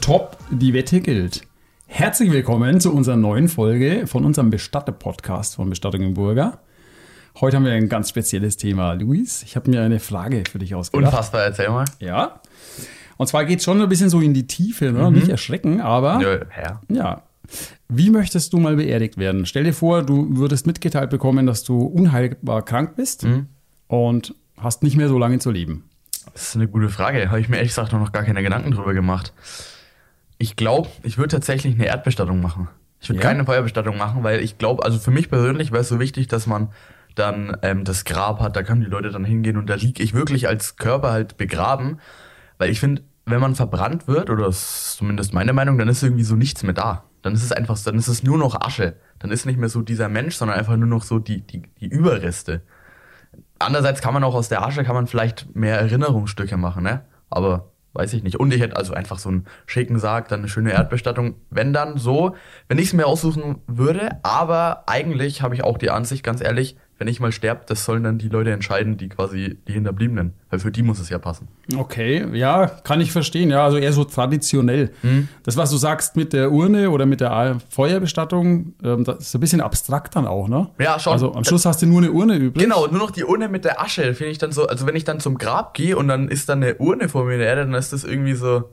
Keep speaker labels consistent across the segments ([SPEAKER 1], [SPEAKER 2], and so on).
[SPEAKER 1] Top, die Wette gilt. Herzlich willkommen zu unserer neuen Folge von unserem Bestatter-Podcast von Bestattungen Burger. Heute haben wir ein ganz spezielles Thema. Luis, ich habe mir eine Frage für dich ausgedacht.
[SPEAKER 2] Unfassbar, erzähl mal.
[SPEAKER 1] Ja. Und zwar geht es schon ein bisschen so in die Tiefe, ne? nicht erschrecken, aber
[SPEAKER 2] Nö, Herr.
[SPEAKER 1] ja. Wie möchtest du mal beerdigt werden? Stell dir vor, du würdest mitgeteilt bekommen, dass du unheilbar krank bist und hast nicht mehr so lange zu leben.
[SPEAKER 2] Das ist eine gute Frage. Habe ich mir ehrlich gesagt noch gar keine Gedanken drüber gemacht. Ich glaube, ich würde tatsächlich eine Erdbestattung machen. Ich würde
[SPEAKER 1] Ja?
[SPEAKER 2] keine Feuerbestattung machen, weil ich glaube, also für mich persönlich wäre es so wichtig, dass man dann ähm, das Grab hat, da können die Leute dann hingehen und da lieg ich wirklich als Körper halt begraben. Weil ich finde, wenn man verbrannt wird, oder das ist zumindest meine Meinung, dann ist irgendwie so nichts mehr da. Dann ist es einfach, dann ist es nur noch Asche. Dann ist nicht mehr so dieser Mensch, sondern einfach nur noch so die, die, die Überreste. Andererseits kann man auch aus der Asche kann man vielleicht mehr Erinnerungsstücke machen, ne? Aber weiß ich nicht. Und ich hätte also einfach so einen schicken Sarg, dann eine schöne Erdbestattung. Wenn dann so, wenn ich es mir aussuchen würde. Aber eigentlich habe ich auch die Ansicht, ganz ehrlich, wenn ich mal sterbe, das sollen dann die Leute entscheiden, die quasi die Hinterbliebenen. Weil für die muss es ja passen.
[SPEAKER 1] Okay, ja, kann ich verstehen. Ja, also eher so traditionell.
[SPEAKER 2] Mhm.
[SPEAKER 1] Das, was du sagst mit der Urne oder mit der Feuerbestattung, ähm, das ist ein bisschen abstrakt dann auch, ne?
[SPEAKER 2] Ja, schon.
[SPEAKER 1] Also am Schluss hast du nur eine Urne übrig.
[SPEAKER 2] Genau, nur noch die Urne mit der Asche finde ich dann so, also wenn ich dann zum Grab gehe und dann ist dann eine Urne vor mir in der Erde, dann ist das irgendwie so,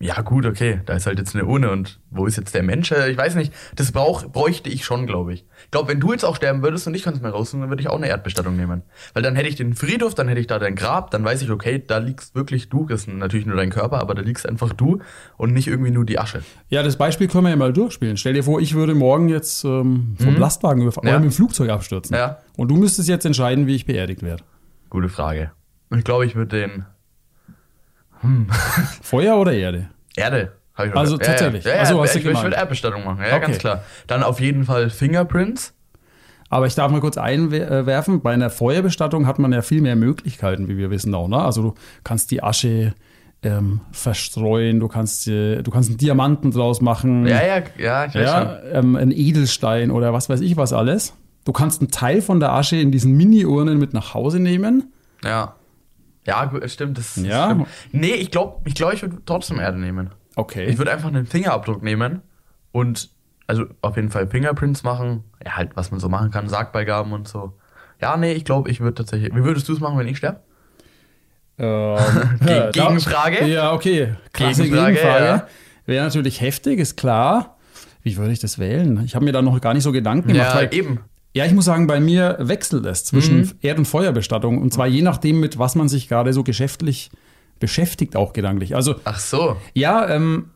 [SPEAKER 2] ja gut, okay, da ist halt jetzt eine Urne und wo ist jetzt der Mensch? Äh, Ich weiß nicht, das brauch, bräuchte ich schon, glaube ich. Ich glaube, wenn du jetzt auch sterben würdest und ich könnte es mir raussuchen, dann würde ich auch eine Erdbestattung nehmen. Weil dann hätte ich den Friedhof, dann hätte ich da dein Grab, dann weiß ich, okay, da liegst wirklich du, das ist natürlich nur dein Körper, aber da liegst einfach du und nicht irgendwie nur die Asche.
[SPEAKER 1] Ja, das Beispiel können wir ja mal durchspielen. Stell dir vor, ich würde morgen jetzt ähm, vom Lastwagen überfahren
[SPEAKER 2] Mhm. Ja.
[SPEAKER 1] oder mit dem Flugzeug abstürzen.
[SPEAKER 2] Ja.
[SPEAKER 1] Und du müsstest jetzt entscheiden, wie ich beerdigt werde.
[SPEAKER 2] Gute Frage. Ich glaube, ich würde den
[SPEAKER 1] Feuer oder Erde?
[SPEAKER 2] Erde. Hab ich
[SPEAKER 1] Also
[SPEAKER 2] noch- ja,
[SPEAKER 1] tatsächlich.
[SPEAKER 2] Ja, ja,
[SPEAKER 1] Ach so,
[SPEAKER 2] ja,
[SPEAKER 1] hast du
[SPEAKER 2] ich, will- ich
[SPEAKER 1] gemeint.
[SPEAKER 2] will Erdbestattung machen, ja,
[SPEAKER 1] Okay.
[SPEAKER 2] ganz klar. Dann auf jeden Fall Fingerprints.
[SPEAKER 1] Aber ich darf mal kurz einwerfen, bei einer Feuerbestattung hat man ja viel mehr Möglichkeiten, wie wir wissen auch. Ne? Also du kannst die Asche ähm, verstreuen, du kannst, äh, du kannst einen Diamanten draus machen,
[SPEAKER 2] Ja, ja, ja, ich weiß schon.
[SPEAKER 1] ja, ähm, einen Edelstein oder was weiß ich was alles. Du kannst einen Teil von der Asche in diesen Mini-Urnen mit nach Hause nehmen.
[SPEAKER 2] Ja. Ja, gut, stimmt, das das
[SPEAKER 1] Ja.
[SPEAKER 2] stimmt. Nee, ich glaube, ich, glaub, ich würde trotzdem Erde nehmen.
[SPEAKER 1] Okay.
[SPEAKER 2] Ich würde einfach einen Fingerabdruck nehmen und also auf jeden Fall Fingerprints machen. Ja, halt, was man so machen kann, Sargbeigaben und so. Ja, nee, ich glaube, ich würde tatsächlich. Wie würdest du es machen, wenn ich sterbe?
[SPEAKER 1] Ähm,
[SPEAKER 2] Geg-
[SPEAKER 1] ja, da-
[SPEAKER 2] Gegenfrage?
[SPEAKER 1] Ja, okay. Klasse Gegenfrage.
[SPEAKER 2] Gegenfrage, ja.
[SPEAKER 1] Wäre natürlich heftig, ist klar. Wie würde ich das wählen? Ich habe mir da noch gar nicht so Gedanken gemacht. weil-
[SPEAKER 2] eben.
[SPEAKER 1] ja, ich muss sagen, bei mir wechselt es zwischen
[SPEAKER 2] Mhm.
[SPEAKER 1] Erd- und Feuerbestattung. Und zwar je nachdem, mit was man sich gerade so geschäftlich beschäftigt, auch gedanklich. Also
[SPEAKER 2] Ach so.
[SPEAKER 1] ja, ähm,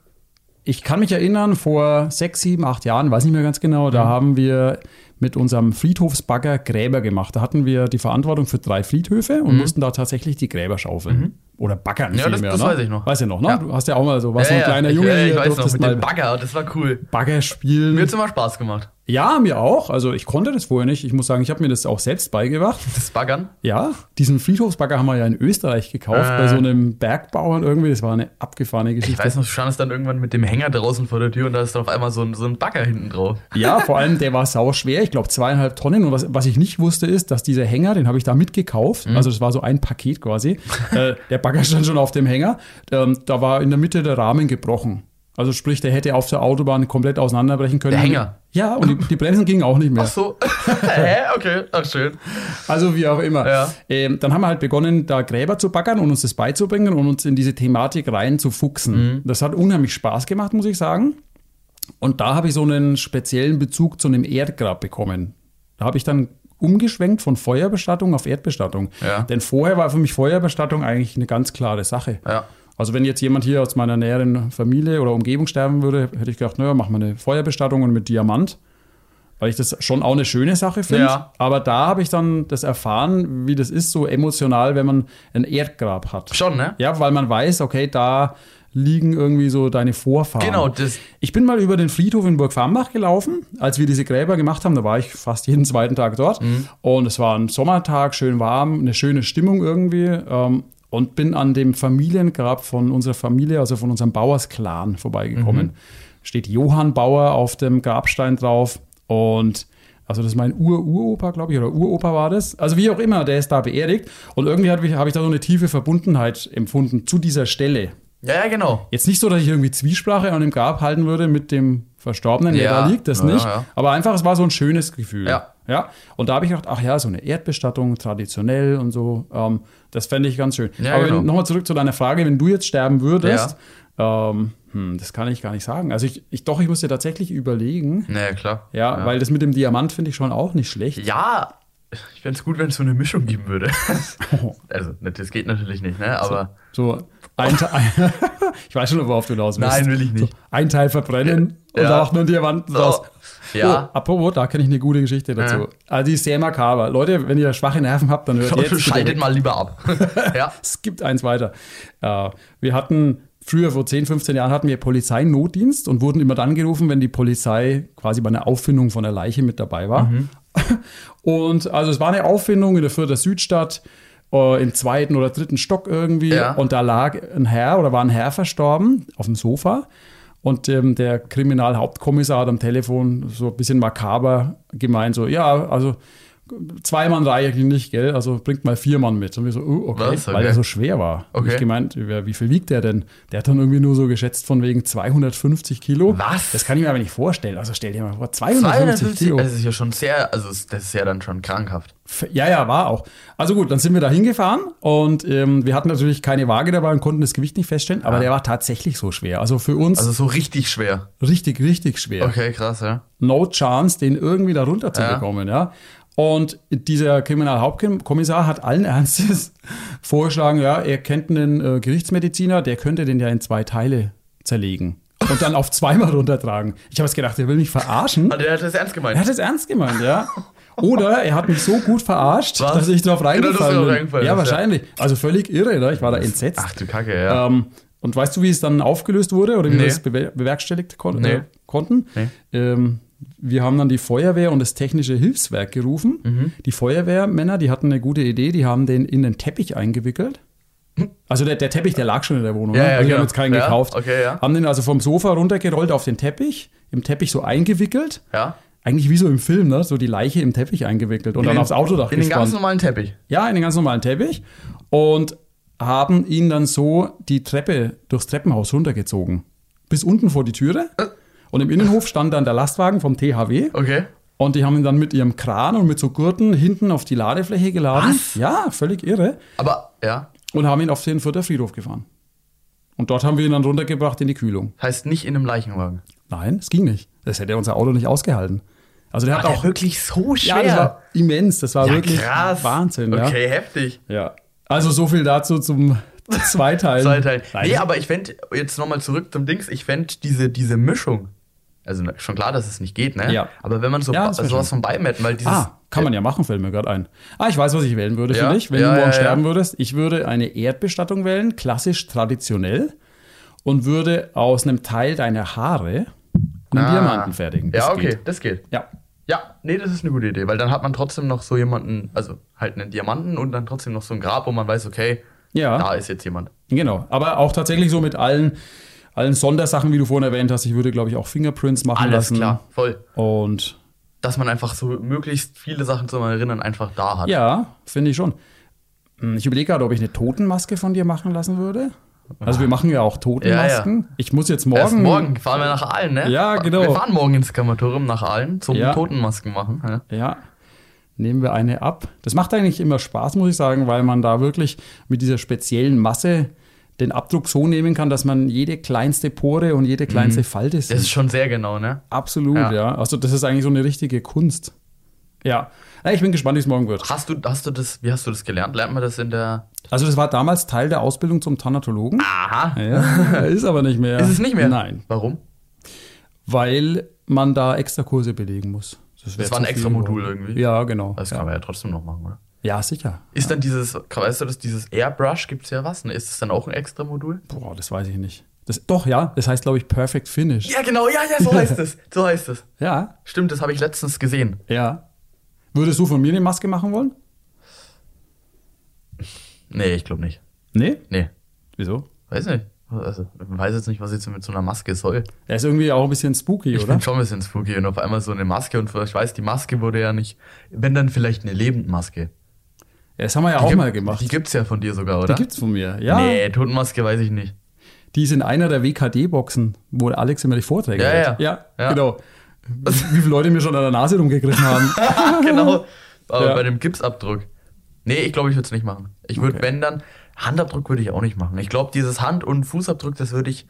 [SPEAKER 1] ich kann mich erinnern, vor sechs, sieben, acht Jahren, weiß nicht mehr ganz genau,
[SPEAKER 2] Mhm.
[SPEAKER 1] da haben wir mit unserem Friedhofsbagger Gräber gemacht. Da hatten wir die Verantwortung für drei Friedhöfe und mussten da tatsächlich die Gräber schaufeln. Oder baggern.
[SPEAKER 2] Mhm. Ja, das-
[SPEAKER 1] vielmehr,
[SPEAKER 2] das
[SPEAKER 1] ne?
[SPEAKER 2] weiß ich noch.
[SPEAKER 1] Weißt du noch, ne?
[SPEAKER 2] Ja.
[SPEAKER 1] Du hast ja auch mal so, warst
[SPEAKER 2] ja,
[SPEAKER 1] so ein
[SPEAKER 2] ja,
[SPEAKER 1] kleiner
[SPEAKER 2] ich,
[SPEAKER 1] Junge,
[SPEAKER 2] ja, ich
[SPEAKER 1] hier,
[SPEAKER 2] weiß noch,
[SPEAKER 1] durftest
[SPEAKER 2] mit
[SPEAKER 1] mal
[SPEAKER 2] dem Bagger, das war cool.
[SPEAKER 1] Bagger spielen.
[SPEAKER 2] Mir hat immer Spaß gemacht.
[SPEAKER 1] Ja, mir auch. Also ich konnte das vorher nicht. Ich muss sagen, ich habe mir das auch selbst beigebracht.
[SPEAKER 2] Das Baggern.
[SPEAKER 1] Ja, diesen Friedhofsbagger haben wir ja in Österreich gekauft,
[SPEAKER 2] Äh.
[SPEAKER 1] bei so einem Bergbauern irgendwie. Das war eine abgefahrene
[SPEAKER 2] Ich
[SPEAKER 1] Geschichte.
[SPEAKER 2] weiß noch, Sean ist dann irgendwann mit dem Hänger draußen vor der Tür und da ist dann auf einmal so ein, so ein Bagger hinten drauf.
[SPEAKER 1] Ja, vor allem der war sauschwer, ich glaube zweieinhalb Tonnen. Und was, was ich nicht wusste, ist, dass dieser Hänger, den habe ich da mitgekauft,
[SPEAKER 2] Mhm.
[SPEAKER 1] also es war so ein Paket quasi, äh, der Bagger stand schon auf dem Hänger, ähm, da war in der Mitte der Rahmen gebrochen. Also sprich, der hätte auf der Autobahn komplett auseinanderbrechen können.
[SPEAKER 2] Der Hänger?
[SPEAKER 1] Ja, und die, die Bremsen gingen auch nicht mehr.
[SPEAKER 2] Ach so. Hä? Okay, ach schön.
[SPEAKER 1] Also wie auch immer.
[SPEAKER 2] Ja.
[SPEAKER 1] Ähm, dann haben wir halt begonnen, da Gräber zu backern und uns das beizubringen und uns in diese Thematik reinzufuchsen.
[SPEAKER 2] Mhm.
[SPEAKER 1] Das hat unheimlich Spaß gemacht, muss ich sagen. Und da habe ich so einen speziellen Bezug zu einem Erdgrab bekommen. Da habe ich dann umgeschwenkt von Feuerbestattung auf Erdbestattung.
[SPEAKER 2] Ja.
[SPEAKER 1] Denn vorher war für mich Feuerbestattung eigentlich eine ganz klare Sache.
[SPEAKER 2] Ja.
[SPEAKER 1] Also wenn jetzt jemand hier aus meiner näheren Familie oder Umgebung sterben würde, hätte ich gedacht, naja, machen wir eine Feuerbestattung und mit Diamant weil ich das schon auch eine schöne Sache finde.
[SPEAKER 2] Ja.
[SPEAKER 1] Aber da habe ich dann das erfahren, wie das ist, so emotional, wenn man ein Erdgrab hat.
[SPEAKER 2] Schon, ne?
[SPEAKER 1] Ja, weil man weiß, okay, da liegen irgendwie so deine Vorfahren.
[SPEAKER 2] Genau, das-
[SPEAKER 1] Ich bin mal über den Friedhof in Burg Farmbach gelaufen, als wir diese Gräber gemacht haben. Da war ich fast jeden zweiten Tag dort.
[SPEAKER 2] Mhm.
[SPEAKER 1] Und es war ein Sommertag, schön warm, eine schöne Stimmung irgendwie. Ähm, und bin an dem Familiengrab von unserer Familie, also von unserem Bauersclan, vorbeigekommen.
[SPEAKER 2] Mhm.
[SPEAKER 1] Steht Johann Bauer auf dem Grabstein drauf. Und also das ist mein Ur-Uropa, glaube ich, oder Uropa war das. Also wie auch immer, der ist da beerdigt. Und irgendwie habe ich, hab ich da so eine tiefe Verbundenheit empfunden zu dieser Stelle.
[SPEAKER 2] Ja, ja, genau.
[SPEAKER 1] Jetzt nicht so, dass ich irgendwie Zwiesprache an dem Grab halten würde mit dem Verstorbenen, der
[SPEAKER 2] Ja.
[SPEAKER 1] da liegt, das
[SPEAKER 2] Ja,
[SPEAKER 1] nicht.
[SPEAKER 2] ja.
[SPEAKER 1] Aber einfach, es war so ein schönes Gefühl.
[SPEAKER 2] Ja.
[SPEAKER 1] ja. Und da habe ich gedacht, ach ja, so eine Erdbestattung, traditionell und so, ähm, das fände ich ganz schön.
[SPEAKER 2] Ja,
[SPEAKER 1] Aber
[SPEAKER 2] genau.
[SPEAKER 1] wenn- nochmal zurück zu deiner Frage, wenn du jetzt sterben würdest, ähm, hm, das kann ich gar nicht sagen. Also ich, ich doch, ich musste tatsächlich überlegen.
[SPEAKER 2] Naja, klar.
[SPEAKER 1] Ja, weil das mit dem Diamant finde ich schon auch nicht schlecht.
[SPEAKER 2] Ja, ich fände es gut, wenn es so eine Mischung geben würde. also, ne, das geht natürlich nicht, ne? Aber.
[SPEAKER 1] So ein Teil. ich weiß schon, worauf du hinaus willst.
[SPEAKER 2] Nein, will ich nicht.
[SPEAKER 1] So, ein Teil verbrennen und
[SPEAKER 2] Ja.
[SPEAKER 1] auch nur Diamanten raus.
[SPEAKER 2] Ja.
[SPEAKER 1] Oh, apropos, da kenne ich eine gute Geschichte dazu.
[SPEAKER 2] Ja.
[SPEAKER 1] Also die ist sehr makaber. Leute, wenn ihr schwache Nerven habt, dann hört jetzt.
[SPEAKER 2] Schaltet mal lieber ab. ja.
[SPEAKER 1] Es gibt eins weiter. Äh, wir hatten früher, vor 10, 15 Jahren, hatten wir Polizeinotdienst und wurden immer dann gerufen, wenn die Polizei quasi bei einer Auffindung von der Leiche mit dabei war.
[SPEAKER 2] Mhm.
[SPEAKER 1] Und also es war eine Auffindung in der Fürther Südstadt, äh, im zweiten oder dritten Stock irgendwie.
[SPEAKER 2] Ja.
[SPEAKER 1] Und da lag ein Herr oder war ein Herr verstorben auf dem Sofa. Und ähm, der Kriminalhauptkommissar hat am Telefon so ein bisschen makaber gemeint, so, ja, also zwei Mann Reihe ging nicht, gell? Also bringt mal vier Mann mit. Und wir so, oh, okay,
[SPEAKER 2] Was? Okay.
[SPEAKER 1] weil er so schwer war. Und
[SPEAKER 2] Okay.
[SPEAKER 1] Ich gemeint, wer- wie viel wiegt der denn? Der hat dann irgendwie nur so geschätzt von wegen 250 Kilo.
[SPEAKER 2] Was?
[SPEAKER 1] Das kann ich mir aber nicht vorstellen. Also stell dir mal vor, 250 Kilo.
[SPEAKER 2] das ist ja schon sehr, also es- das ist ja dann schon krankhaft.
[SPEAKER 1] F- Ja, ja, war auch. Also gut, dann sind wir da hingefahren und ähm, wir hatten natürlich keine Waage dabei und konnten das Gewicht nicht feststellen,
[SPEAKER 2] Ah.
[SPEAKER 1] aber der war tatsächlich so schwer. Also für uns
[SPEAKER 2] Also so richtig schwer.
[SPEAKER 1] richtig, richtig schwer.
[SPEAKER 2] Also Okay, krass, ja.
[SPEAKER 1] No chance, den irgendwie da runterzubekommen, ja. Und dieser Kriminalhauptkommissar hat allen Ernstes vorgeschlagen, ja, er kennt einen äh, Gerichtsmediziner, der könnte den ja in zwei Teile zerlegen und dann auf zweimal runtertragen. Ich habe es gedacht, der will mich verarschen.
[SPEAKER 2] Also der hat das ernst gemeint.
[SPEAKER 1] Er hat es ernst gemeint, ja. Oder er hat mich so gut verarscht,
[SPEAKER 2] Was?
[SPEAKER 1] dass ich drauf
[SPEAKER 2] Genau, dass du
[SPEAKER 1] reingefallen
[SPEAKER 2] drauf
[SPEAKER 1] bin.
[SPEAKER 2] reingefallen
[SPEAKER 1] ja,
[SPEAKER 2] bist, ja.
[SPEAKER 1] wahrscheinlich. Also völlig irre, ne? ich war da entsetzt.
[SPEAKER 2] Ach du Kacke, ja.
[SPEAKER 1] Ähm, und weißt du, wie es dann aufgelöst wurde oder wie
[SPEAKER 2] Nee.
[SPEAKER 1] wir es bewer- bewerkstelligt kon
[SPEAKER 2] Nee.
[SPEAKER 1] äh, konnten?
[SPEAKER 2] Nee.
[SPEAKER 1] Ähm, wir haben dann die Feuerwehr und das technische Hilfswerk gerufen.
[SPEAKER 2] Mhm.
[SPEAKER 1] Die Feuerwehrmänner, die hatten eine gute Idee, die haben den in den Teppich eingewickelt. Also der, der Teppich, der lag schon in der Wohnung.
[SPEAKER 2] Ja,
[SPEAKER 1] ne?
[SPEAKER 2] ja,
[SPEAKER 1] also wir
[SPEAKER 2] genau.
[SPEAKER 1] haben jetzt keinen
[SPEAKER 2] Ja,
[SPEAKER 1] gekauft.
[SPEAKER 2] okay, ja.
[SPEAKER 1] Haben den also vom Sofa runtergerollt auf den Teppich, im Teppich so eingewickelt.
[SPEAKER 2] Ja.
[SPEAKER 1] Eigentlich wie so im Film, ne? so die Leiche im Teppich eingewickelt und
[SPEAKER 2] In
[SPEAKER 1] dann
[SPEAKER 2] den-
[SPEAKER 1] aufs Autodach
[SPEAKER 2] In den
[SPEAKER 1] gespannt.
[SPEAKER 2] ganz normalen Teppich.
[SPEAKER 1] Ja, in den ganz normalen Teppich. Und haben ihn dann so die Treppe durchs Treppenhaus runtergezogen. Bis unten vor die Türe. Und im Innenhof stand dann der Lastwagen vom THW.
[SPEAKER 2] Okay.
[SPEAKER 1] Und die haben ihn dann mit ihrem Kran und mit so Gurten hinten auf die Ladefläche geladen.
[SPEAKER 2] Was?
[SPEAKER 1] Ja, völlig irre.
[SPEAKER 2] Aber, ja,
[SPEAKER 1] Und haben ihn auf den Fürther Friedhof gefahren. Und dort haben wir ihn dann runtergebracht in die Kühlung.
[SPEAKER 2] heißt nicht in einem Leichenwagen.
[SPEAKER 1] Nein, es ging nicht. Das hätte unser Auto nicht ausgehalten. Also der hat auch.
[SPEAKER 2] wirklich so
[SPEAKER 1] ja, das war immens. Das war wirklich
[SPEAKER 2] krass.
[SPEAKER 1] Wahnsinn. Ja.
[SPEAKER 2] Okay, heftig.
[SPEAKER 1] Ja. Also so viel dazu zum Zweiteilen.
[SPEAKER 2] Zwei Teile.
[SPEAKER 1] Nein,
[SPEAKER 2] halt- Nee, aber ich fänd, jetzt nochmal zurück zum Dings, ich fänd diese, diese Mischung, also na, schon klar, dass es nicht geht, ne?
[SPEAKER 1] Ja.
[SPEAKER 2] Aber wenn man so
[SPEAKER 1] Ja,
[SPEAKER 2] ba-
[SPEAKER 1] das wär
[SPEAKER 2] sowas
[SPEAKER 1] schön.
[SPEAKER 2] von beimetten, weil dieses.
[SPEAKER 1] ah, kann man ja machen, fällt mir gerade ein. Ah, ich weiß, was ich wählen würde
[SPEAKER 2] Ja,
[SPEAKER 1] für dich, wenn
[SPEAKER 2] ja,
[SPEAKER 1] du morgen
[SPEAKER 2] ja,
[SPEAKER 1] sterben
[SPEAKER 2] ja.
[SPEAKER 1] würdest. Ich würde eine Erdbestattung wählen, klassisch traditionell, und würde aus einem Teil deiner Haare einen
[SPEAKER 2] Ah.
[SPEAKER 1] Diamanten fertigen.
[SPEAKER 2] Ja,
[SPEAKER 1] Das
[SPEAKER 2] okay,
[SPEAKER 1] geht.
[SPEAKER 2] das geht.
[SPEAKER 1] Ja.
[SPEAKER 2] Ja, nee, das ist eine gute Idee, weil dann hat man trotzdem noch so jemanden, also halt einen Diamanten und dann trotzdem noch so ein Grab, wo man weiß, okay,
[SPEAKER 1] Ja.
[SPEAKER 2] da ist jetzt jemand.
[SPEAKER 1] Genau. Aber auch tatsächlich so mit allen, allen Sondersachen, wie du vorhin erwähnt hast. Ich würde, glaube ich, auch Fingerprints machen
[SPEAKER 2] Alles
[SPEAKER 1] lassen.
[SPEAKER 2] klar, voll.
[SPEAKER 1] Und
[SPEAKER 2] Dass man einfach so möglichst viele Sachen zum Erinnern einfach da hat.
[SPEAKER 1] Ja, finde ich schon. Hm, Ich überlege gerade, ob ich eine Totenmaske von dir machen lassen würde. Also wir machen ja auch Totenmasken.
[SPEAKER 2] Ja,
[SPEAKER 1] Ich muss jetzt
[SPEAKER 2] Erst
[SPEAKER 1] morgen.
[SPEAKER 2] morgen fahren wir nach Aalen, ne?
[SPEAKER 1] Ja, genau.
[SPEAKER 2] Wir fahren morgen ins Krematorium nach Aalen zum
[SPEAKER 1] Ja.
[SPEAKER 2] Totenmasken machen. Ja.
[SPEAKER 1] Ja. Nehmen wir eine ab. Das macht eigentlich immer Spaß, muss ich sagen, weil man da wirklich mit dieser speziellen Masse den Abdruck so nehmen kann, dass man jede kleinste Pore und jede kleinste Falte sieht.
[SPEAKER 2] Mhm. Das ist schon sehr genau, ne?
[SPEAKER 1] Absolut,
[SPEAKER 2] Ja.
[SPEAKER 1] ja. Also das ist eigentlich so eine richtige Kunst. Ja. Ja, Ich bin gespannt, wie es morgen wird.
[SPEAKER 2] Hast du, hast du das, wie hast du das gelernt? Lernt man das in der.
[SPEAKER 1] Also das war damals Teil der Ausbildung zum Thanatologen.
[SPEAKER 2] Aha.
[SPEAKER 1] Ja, ist aber nicht mehr.
[SPEAKER 2] Ist es nicht mehr?
[SPEAKER 1] Äh, Nein.
[SPEAKER 2] Warum?
[SPEAKER 1] weil man da extra Kurse belegen muss. wär
[SPEAKER 2] Das war ein
[SPEAKER 1] zu viel
[SPEAKER 2] extra Modul
[SPEAKER 1] geworden.
[SPEAKER 2] irgendwie?
[SPEAKER 1] Ja, genau.
[SPEAKER 2] Das kann
[SPEAKER 1] ja.
[SPEAKER 2] man ja trotzdem noch machen, oder?
[SPEAKER 1] ja, sicher.
[SPEAKER 2] Ist dann dieses, weißt du, das, dieses Airbrush, gibt es ja was? Ne? Ist es dann auch ein extra Modul?
[SPEAKER 1] Boah, das weiß ich nicht. Das, doch, ja, das heißt, glaube ich, Perfect Finish.
[SPEAKER 2] Ja, genau, ja, ja, so heißt es. So heißt es.
[SPEAKER 1] Ja,
[SPEAKER 2] Stimmt, das habe ich letztens gesehen.
[SPEAKER 1] ja. Würdest du von mir eine Maske machen wollen?
[SPEAKER 2] Nee, ich glaube nicht.
[SPEAKER 1] Nee?
[SPEAKER 2] Nee,
[SPEAKER 1] Wieso?
[SPEAKER 2] weiß nicht. Also, ich weiß jetzt nicht, was ich jetzt mit so einer Maske soll.
[SPEAKER 1] Er ist irgendwie auch ein bisschen spooky,
[SPEAKER 2] Ich
[SPEAKER 1] oder?
[SPEAKER 2] bin schon ein bisschen spooky und auf einmal so eine Maske und ich weiß, die Maske wurde ja nicht, wenn dann vielleicht eine Lebendmaske.
[SPEAKER 1] Ja, das haben wir ja auch
[SPEAKER 2] Die
[SPEAKER 1] mal
[SPEAKER 2] gibt-
[SPEAKER 1] gemacht.
[SPEAKER 2] Die gibt's ja von dir sogar,
[SPEAKER 1] Die
[SPEAKER 2] oder?
[SPEAKER 1] gibt's von mir, ja.
[SPEAKER 2] Nee, Totenmaske weiß ich nicht.
[SPEAKER 1] Die ist in einer der WKD-Boxen, wo Alex immer die Vorträge
[SPEAKER 2] Ja,
[SPEAKER 1] hält.
[SPEAKER 2] ja.
[SPEAKER 1] ja.
[SPEAKER 2] Ja.
[SPEAKER 1] genau. Wie viele Leute mir schon an der Nase rumgegriffen haben.
[SPEAKER 2] genau. Aber
[SPEAKER 1] Ja.
[SPEAKER 2] bei dem Gipsabdruck. Nee, ich glaube, ich würde es nicht machen. Ich würde,
[SPEAKER 1] Okay.
[SPEAKER 2] wenn dann, Handabdruck würde ich auch nicht machen. Ich glaube, dieses Hand- und Fußabdruck, das würde ich,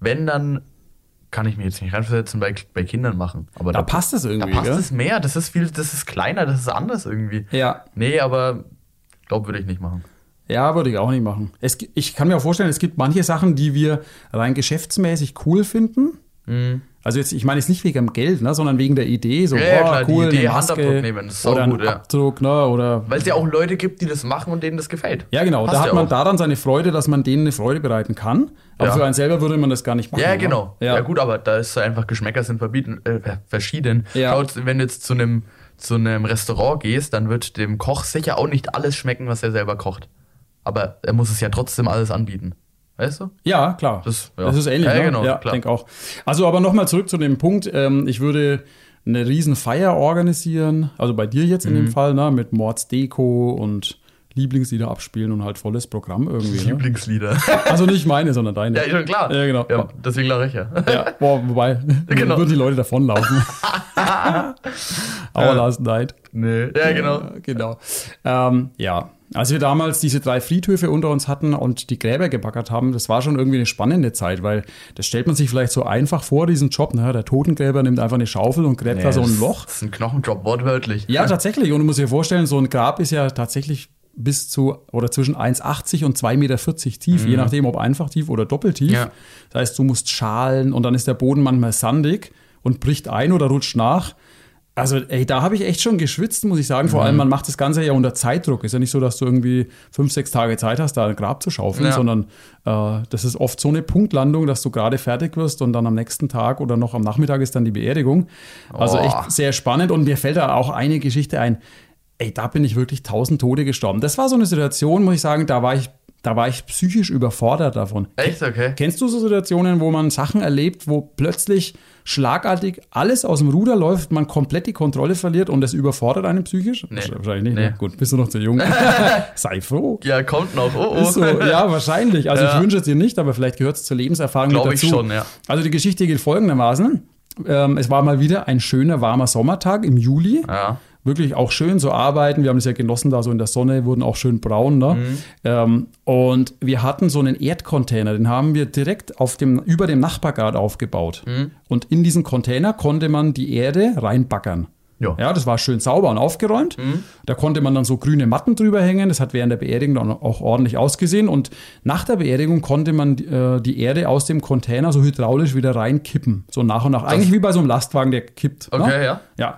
[SPEAKER 2] wenn dann, kann ich mir jetzt nicht reinversetzen, bei, bei Kindern machen. Aber
[SPEAKER 1] Da passt es
[SPEAKER 2] Da
[SPEAKER 1] irgendwie,
[SPEAKER 2] passt
[SPEAKER 1] gell?
[SPEAKER 2] es mehr. Das ist viel, das ist kleiner, das ist anders irgendwie.
[SPEAKER 1] Ja.
[SPEAKER 2] Nee, aber glaube, würde ich nicht machen.
[SPEAKER 1] Ja, würde ich auch nicht machen. Es, gi- ich kann mir auch vorstellen, es gibt manche Sachen, die wir rein geschäftsmäßig cool finden. Also jetzt, ich meine jetzt nicht wegen dem Geld, ne, sondern wegen der Idee. So,
[SPEAKER 2] Mhm. Ja, ja,
[SPEAKER 1] boah,
[SPEAKER 2] klar, die
[SPEAKER 1] cool,
[SPEAKER 2] Idee,
[SPEAKER 1] eine Maske
[SPEAKER 2] Handabdruck nehmen, ist
[SPEAKER 1] oder
[SPEAKER 2] saugut,
[SPEAKER 1] ein
[SPEAKER 2] ja.
[SPEAKER 1] Abdruck, ne, oder
[SPEAKER 2] Weil es ja auch Leute gibt, die das machen und denen das gefällt.
[SPEAKER 1] Ja, genau.
[SPEAKER 2] Passt
[SPEAKER 1] da hat
[SPEAKER 2] ja
[SPEAKER 1] man
[SPEAKER 2] auch.
[SPEAKER 1] daran seine Freude, dass man denen eine Freude bereiten kann. Aber
[SPEAKER 2] Ja.
[SPEAKER 1] für einen selber würde man das gar nicht machen.
[SPEAKER 2] Ja,
[SPEAKER 1] oder?
[SPEAKER 2] genau. Ja.
[SPEAKER 1] ne? Ja,
[SPEAKER 2] gut, aber da ist einfach Geschmäcker sind verbieten, äh, ver- verschieden.
[SPEAKER 1] Ja.
[SPEAKER 2] Schaut, wenn du jetzt zu einem zu einem Restaurant gehst, dann wird dem Koch sicher auch nicht alles schmecken, was er selber kocht. Aber er muss es ja trotzdem alles anbieten. Weißt du?
[SPEAKER 1] ja klar.
[SPEAKER 2] Das-
[SPEAKER 1] Das,
[SPEAKER 2] ja.
[SPEAKER 1] ist ähnlich.
[SPEAKER 2] Ja,
[SPEAKER 1] ne?
[SPEAKER 2] genau,
[SPEAKER 1] ja
[SPEAKER 2] klar.
[SPEAKER 1] denk auch. Also, aber nochmal zurück zu dem Punkt. Ähm, ich würde eine riesen Feier organisieren. Also bei dir jetzt in
[SPEAKER 2] Mhm.
[SPEAKER 1] dem Fall, ne? mit Mordsdeko und Lieblingslieder abspielen und halt volles Programm irgendwie. Ne?
[SPEAKER 2] Lieblingslieder.
[SPEAKER 1] Also nicht meine, sondern deine.
[SPEAKER 2] ja, schon klar.
[SPEAKER 1] Ja, genau.
[SPEAKER 2] Ja, deswegen lache ich ja.
[SPEAKER 1] Ja, boah, wobei,
[SPEAKER 2] Genau.
[SPEAKER 1] genau. würden die Leute davonlaufen. Our last night.
[SPEAKER 2] Nee. Ja, genau.
[SPEAKER 1] Ja, genau. Ähm, ja, als wir damals diese drei Friedhöfe unter uns hatten und die Gräber gebackert haben, das war schon irgendwie eine spannende Zeit, weil das stellt man sich vielleicht so einfach vor, diesen Job. Na, der Totengräber nimmt einfach eine Schaufel und gräbt da so ein Loch.
[SPEAKER 2] Das ist ein Knochendrop, wortwörtlich.
[SPEAKER 1] Ja, tatsächlich. Und du musst dir vorstellen, so ein Grab ist ja tatsächlich bis zu oder zwischen 1,80 und 2,40 Meter tief, je nachdem, ob einfach tief oder doppeltief.
[SPEAKER 2] Mhm. Ja.
[SPEAKER 1] Das heißt, du musst schalen und dann ist der Boden manchmal sandig und bricht ein oder rutscht nach. Also, ey, da habe ich echt schon geschwitzt, muss ich sagen.
[SPEAKER 2] Mhm.
[SPEAKER 1] Vor allem, man macht das Ganze ja unter Zeitdruck. Ist ja nicht so, dass du irgendwie fünf, sechs Tage Zeit hast, da ein Grab zu schaufeln,
[SPEAKER 2] Ja.
[SPEAKER 1] sondern äh, das ist oft so eine Punktlandung, dass du gerade fertig wirst und dann am nächsten Tag oder noch am Nachmittag ist dann die Beerdigung. Also
[SPEAKER 2] Oh.
[SPEAKER 1] echt sehr spannend und mir fällt da auch eine Geschichte ein. Ey, da bin ich wirklich tausend Tode gestorben. Das war so eine Situation, muss ich sagen, da war ich, da war ich psychisch überfordert davon.
[SPEAKER 2] Echt? Okay.
[SPEAKER 1] Kennst du so Situationen, wo man Sachen erlebt, wo plötzlich schlagartig alles aus dem Ruder läuft, man komplett die Kontrolle verliert und das überfordert einen psychisch?
[SPEAKER 2] Nee.
[SPEAKER 1] Wahrscheinlich nicht.
[SPEAKER 2] Nee.
[SPEAKER 1] ne? Gut, bist du noch zu jung. Sei froh.
[SPEAKER 2] Ja, kommt noch. Oh, oh.
[SPEAKER 1] Ist so, ja, wahrscheinlich. Also
[SPEAKER 2] Ja.
[SPEAKER 1] ich wünsche es dir nicht, aber vielleicht gehört es zur Lebenserfahrung mit
[SPEAKER 2] Glaub ich
[SPEAKER 1] dazu.
[SPEAKER 2] schon, ja.
[SPEAKER 1] Also die Geschichte geht folgendermaßen. Ähm, es war mal wieder ein schöner, warmer Sommertag im Juli.
[SPEAKER 2] Ja.
[SPEAKER 1] Wirklich auch schön zu arbeiten. Wir haben es ja genossen da so in der Sonne, wurden auch schön braun. Ne?
[SPEAKER 2] Mhm.
[SPEAKER 1] Ähm, und wir hatten so einen Erdcontainer, den haben wir direkt auf dem, über dem Nachbargrad aufgebaut.
[SPEAKER 2] Mhm.
[SPEAKER 1] Und in diesen Container konnte man die Erde reinbackern.
[SPEAKER 2] Ja. Mhm.
[SPEAKER 1] Ja, das war schön sauber und aufgeräumt. Da konnte man dann so grüne Matten drüber hängen. Das hat während der Beerdigung dann auch ordentlich ausgesehen. Und nach der Beerdigung konnte man äh, die Erde aus dem Container so hydraulisch wieder reinkippen. So nach und nach. Eigentlich wie bei so einem Lastwagen, der kippt.
[SPEAKER 2] Okay,
[SPEAKER 1] ne?
[SPEAKER 2] ja.
[SPEAKER 1] Ja.